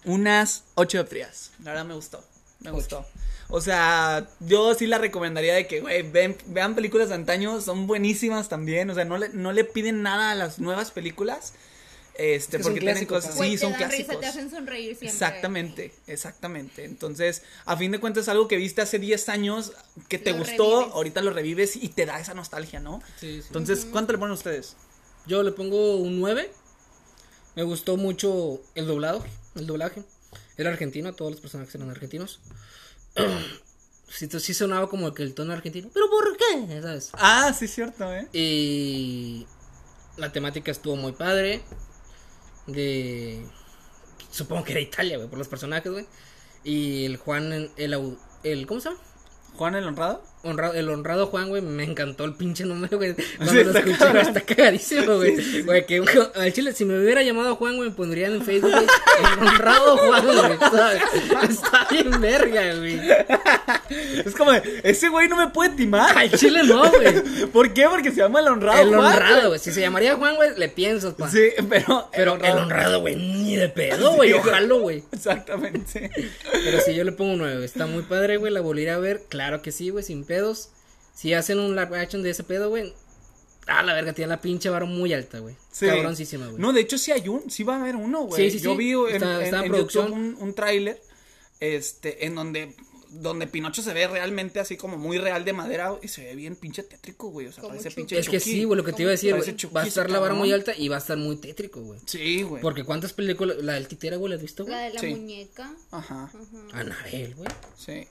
Speaker 1: unas 8 de frías. La verdad me gustó. Me gustó. O sea, yo sí la recomendaría de que, güey, ven- vean películas de antaño, son buenísimas también. O sea, no le, no le piden nada a las nuevas películas. Este,
Speaker 2: Es que son
Speaker 1: porque tienen
Speaker 2: clásicos,
Speaker 1: cosas.
Speaker 2: ¿no?
Speaker 3: Güey,
Speaker 1: Sí,
Speaker 3: te
Speaker 1: son
Speaker 3: dan risa,
Speaker 1: clásicos.
Speaker 3: te hacen sonreír siempre.
Speaker 1: Exactamente, exactamente. Entonces, a fin de cuentas, algo que viste hace 10 años que te
Speaker 3: Lo
Speaker 1: gustó,
Speaker 3: revives.
Speaker 1: ahorita lo revives y te da esa nostalgia, ¿no?
Speaker 2: Sí, sí.
Speaker 1: Entonces, ¿cuánto le ponen ustedes?
Speaker 2: Yo le pongo un 9. Me gustó mucho el doblado, el doblaje. Era argentino, todos los personajes eran argentinos. Sí, to- sí sonaba como que el tono argentino. ¿Pero por qué? ¿Sabes?
Speaker 1: Ah, sí, cierto, ¿eh?
Speaker 2: Y la temática estuvo muy padre. De. Supongo que era Italia, güey, por los personajes, güey. Y el Juan, el, au- el ¿cómo se llama?
Speaker 1: Juan el Honrado.
Speaker 2: Honrado- el honrado Juan, güey, me encantó el pinche nombre, güey. Cuando
Speaker 1: Sí,
Speaker 2: lo
Speaker 1: está
Speaker 2: escuché,
Speaker 1: cabrón.
Speaker 2: güey, está cagadísimo, güey. Güey, que un- al chile, si me hubiera llamado Juan, güey, me pondrían en Facebook, güey, el honrado Juan, güey, ¿sabes? Está bien verga, güey.
Speaker 1: Es como, de, ese güey no me puede timar.
Speaker 2: Al chile no, güey.
Speaker 1: ¿Por qué? Porque se llama el Honrado.
Speaker 2: El
Speaker 1: Juan.
Speaker 2: honrado, güey. Si se llamaría Juan, güey, le piensas, pa.
Speaker 1: Sí, pero.
Speaker 2: Pero el honrado, güey, ni de pedo, güey,
Speaker 1: Sí.
Speaker 2: ojalá, güey.
Speaker 1: Exactamente.
Speaker 2: Pero si yo le pongo un 9, está muy padre, güey, la volví a ver, claro que sí, güey, sin pedos. Si hacen un live action de ese pedo, güey, ah, la verga, tiene la pinche vara muy alta, güey.
Speaker 1: Sí.
Speaker 2: Cabroncísima, güey.
Speaker 1: No, de hecho sí hay un, sí va a haber uno, güey.
Speaker 2: Sí, sí,
Speaker 1: Yo
Speaker 2: sí.
Speaker 1: vi en,
Speaker 2: Está-
Speaker 1: en-
Speaker 2: está en
Speaker 1: en
Speaker 2: producción.
Speaker 1: YouTube un, un tráiler, este, en donde, donde Pinocho se ve realmente así como muy real de madera güey, y se ve bien pinche tétrico, güey. O sea,
Speaker 3: Como
Speaker 1: parece
Speaker 3: Chucky.
Speaker 1: pinche
Speaker 2: Es que
Speaker 1: Chucky.
Speaker 2: sí, güey, lo que te iba a decir,
Speaker 1: Parece
Speaker 2: güey,
Speaker 1: Chucky
Speaker 2: va a
Speaker 1: ese
Speaker 2: estar la vara
Speaker 1: cabrón.
Speaker 2: muy alta y va a estar muy tétrico, güey.
Speaker 1: Sí, güey.
Speaker 2: Porque cuántas películas, la del titera, güey, ¿la has visto,
Speaker 3: La
Speaker 2: güey?
Speaker 3: de la
Speaker 1: Sí.
Speaker 3: muñeca.
Speaker 1: Ajá,
Speaker 2: Anabel, güey.
Speaker 1: sí.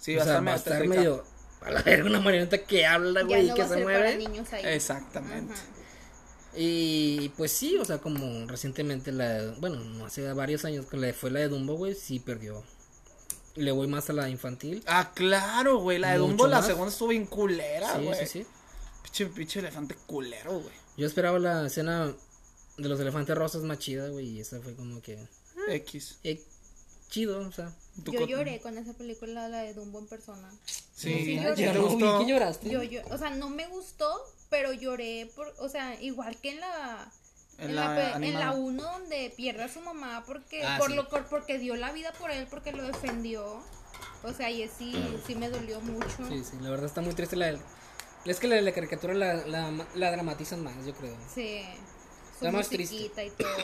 Speaker 1: Sí,
Speaker 2: o
Speaker 1: va, a
Speaker 2: sea,
Speaker 1: estar,
Speaker 2: va a
Speaker 1: hasta
Speaker 2: estar
Speaker 1: cerca.
Speaker 2: medio, a la verga, una marioneta que habla,
Speaker 3: Ya
Speaker 2: güey, y
Speaker 3: no va
Speaker 2: que
Speaker 3: a
Speaker 2: se
Speaker 3: ser para
Speaker 2: mueve.
Speaker 3: niños ahí.
Speaker 1: Exactamente.
Speaker 3: Ajá.
Speaker 2: Y pues sí, o sea, como recientemente la, bueno, no hace varios años que la fue la de Dumbo, güey, sí perdió. Le voy más a la infantil.
Speaker 1: Ah, claro, güey. La de
Speaker 2: Mucho
Speaker 1: Dumbo, la
Speaker 2: más.
Speaker 1: segunda estuvo bien culera,
Speaker 2: sí,
Speaker 1: Ah, güey.
Speaker 2: sí, sí.
Speaker 1: Pinche, pinche elefante culero, güey.
Speaker 2: Yo esperaba la escena de los elefantes rosas más chida, güey, y esa fue como que
Speaker 1: X.
Speaker 2: eh, chido, o sea.
Speaker 1: Tu
Speaker 3: Ah. Yo
Speaker 1: cot-
Speaker 3: lloré con esa película, la de Dumbo en persona.
Speaker 1: Sí,
Speaker 3: Sí,
Speaker 1: ¿no?
Speaker 3: lloré.
Speaker 1: ¿Ya te
Speaker 3: Uy,
Speaker 1: gustó?
Speaker 2: ¿Qué lloraste?
Speaker 3: Yo, yo, o sea, no me gustó, pero lloré, por, o sea, igual que en la...
Speaker 1: En
Speaker 3: En, la,
Speaker 1: la
Speaker 3: pe- en
Speaker 1: animada.
Speaker 3: la 1 donde pierde a su mamá porque
Speaker 2: Ah,
Speaker 3: por
Speaker 2: sí.
Speaker 3: lo por- porque dio la vida por él, porque lo defendió. O sea, y sí, sí me dolió mucho.
Speaker 2: Sí, sí, la verdad está muy triste la del- Es que la de la caricatura la, la, la dramatizan más, yo creo.
Speaker 3: Sí. Su
Speaker 2: La más
Speaker 3: musiquita y todo.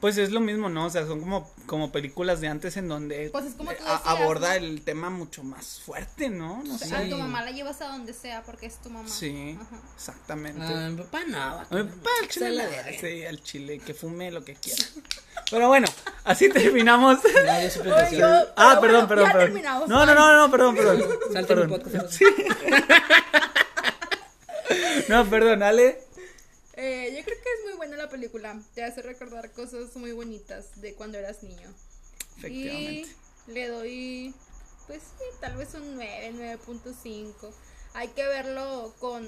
Speaker 1: Pues es lo mismo, ¿no? O sea, son como, como películas de antes en donde eh,
Speaker 3: Pues es como tú
Speaker 1: a-
Speaker 3: decías,
Speaker 1: aborda
Speaker 3: ¿no?
Speaker 1: el tema mucho más fuerte, ¿no? No sé.
Speaker 3: A tu mamá la llevas a donde sea porque es tu mamá.
Speaker 1: Sí,
Speaker 3: Ajá.
Speaker 1: exactamente.
Speaker 2: Ah, mi papá no.
Speaker 1: A mi papá, al chile,
Speaker 2: Está la
Speaker 1: no,
Speaker 2: verga.
Speaker 1: sí, al chile, que fume lo que quiera. Pero bueno, así terminamos.
Speaker 2: No, yo supe que sí.
Speaker 1: ah, perdón,
Speaker 3: Pero bueno,
Speaker 1: perdón,
Speaker 3: ya
Speaker 1: perdón.
Speaker 3: terminamos,
Speaker 1: No, no, no, no, perdón, perdón.
Speaker 2: Salte
Speaker 1: Perdón.
Speaker 2: mi podcast.
Speaker 1: Sí. No, perdón, Ale.
Speaker 3: Eh, yo creo que es muy buena la película. Te hace recordar cosas muy bonitas de cuando eras niño.
Speaker 1: Efectivamente.
Speaker 3: Y le doy, pues sí, tal vez un 9, 9.5. Hay que verlo con,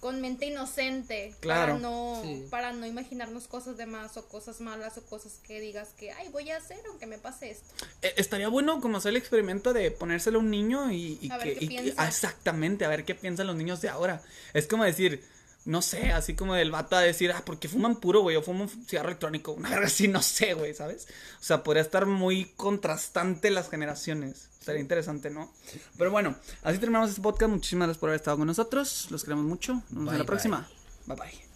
Speaker 3: con mente inocente.
Speaker 1: Claro,
Speaker 3: Para no,
Speaker 2: sí.
Speaker 3: para no imaginarnos cosas de más o cosas malas o cosas que digas que, ay, voy a hacer aunque me pase esto.
Speaker 1: Eh, Estaría bueno como hacer el experimento de ponérselo a un niño y, y
Speaker 3: A
Speaker 1: que,
Speaker 3: ver qué
Speaker 1: y que-
Speaker 3: piensa.
Speaker 1: ah, exactamente, a ver qué piensan los niños de ahora. Es como decir, no sé, así como del vato a decir, ah, porque fuman puro, güey, o fuman cigarro electrónico, una verga así, no sé, güey, ¿sabes? O sea, podría estar muy contrastante las generaciones. Estaría interesante, ¿no? Pero bueno, así terminamos este podcast. Muchísimas gracias por haber estado con nosotros. Los queremos mucho. Nos vemos en
Speaker 2: Bye,
Speaker 1: la
Speaker 2: bye.
Speaker 1: próxima. Bye bye.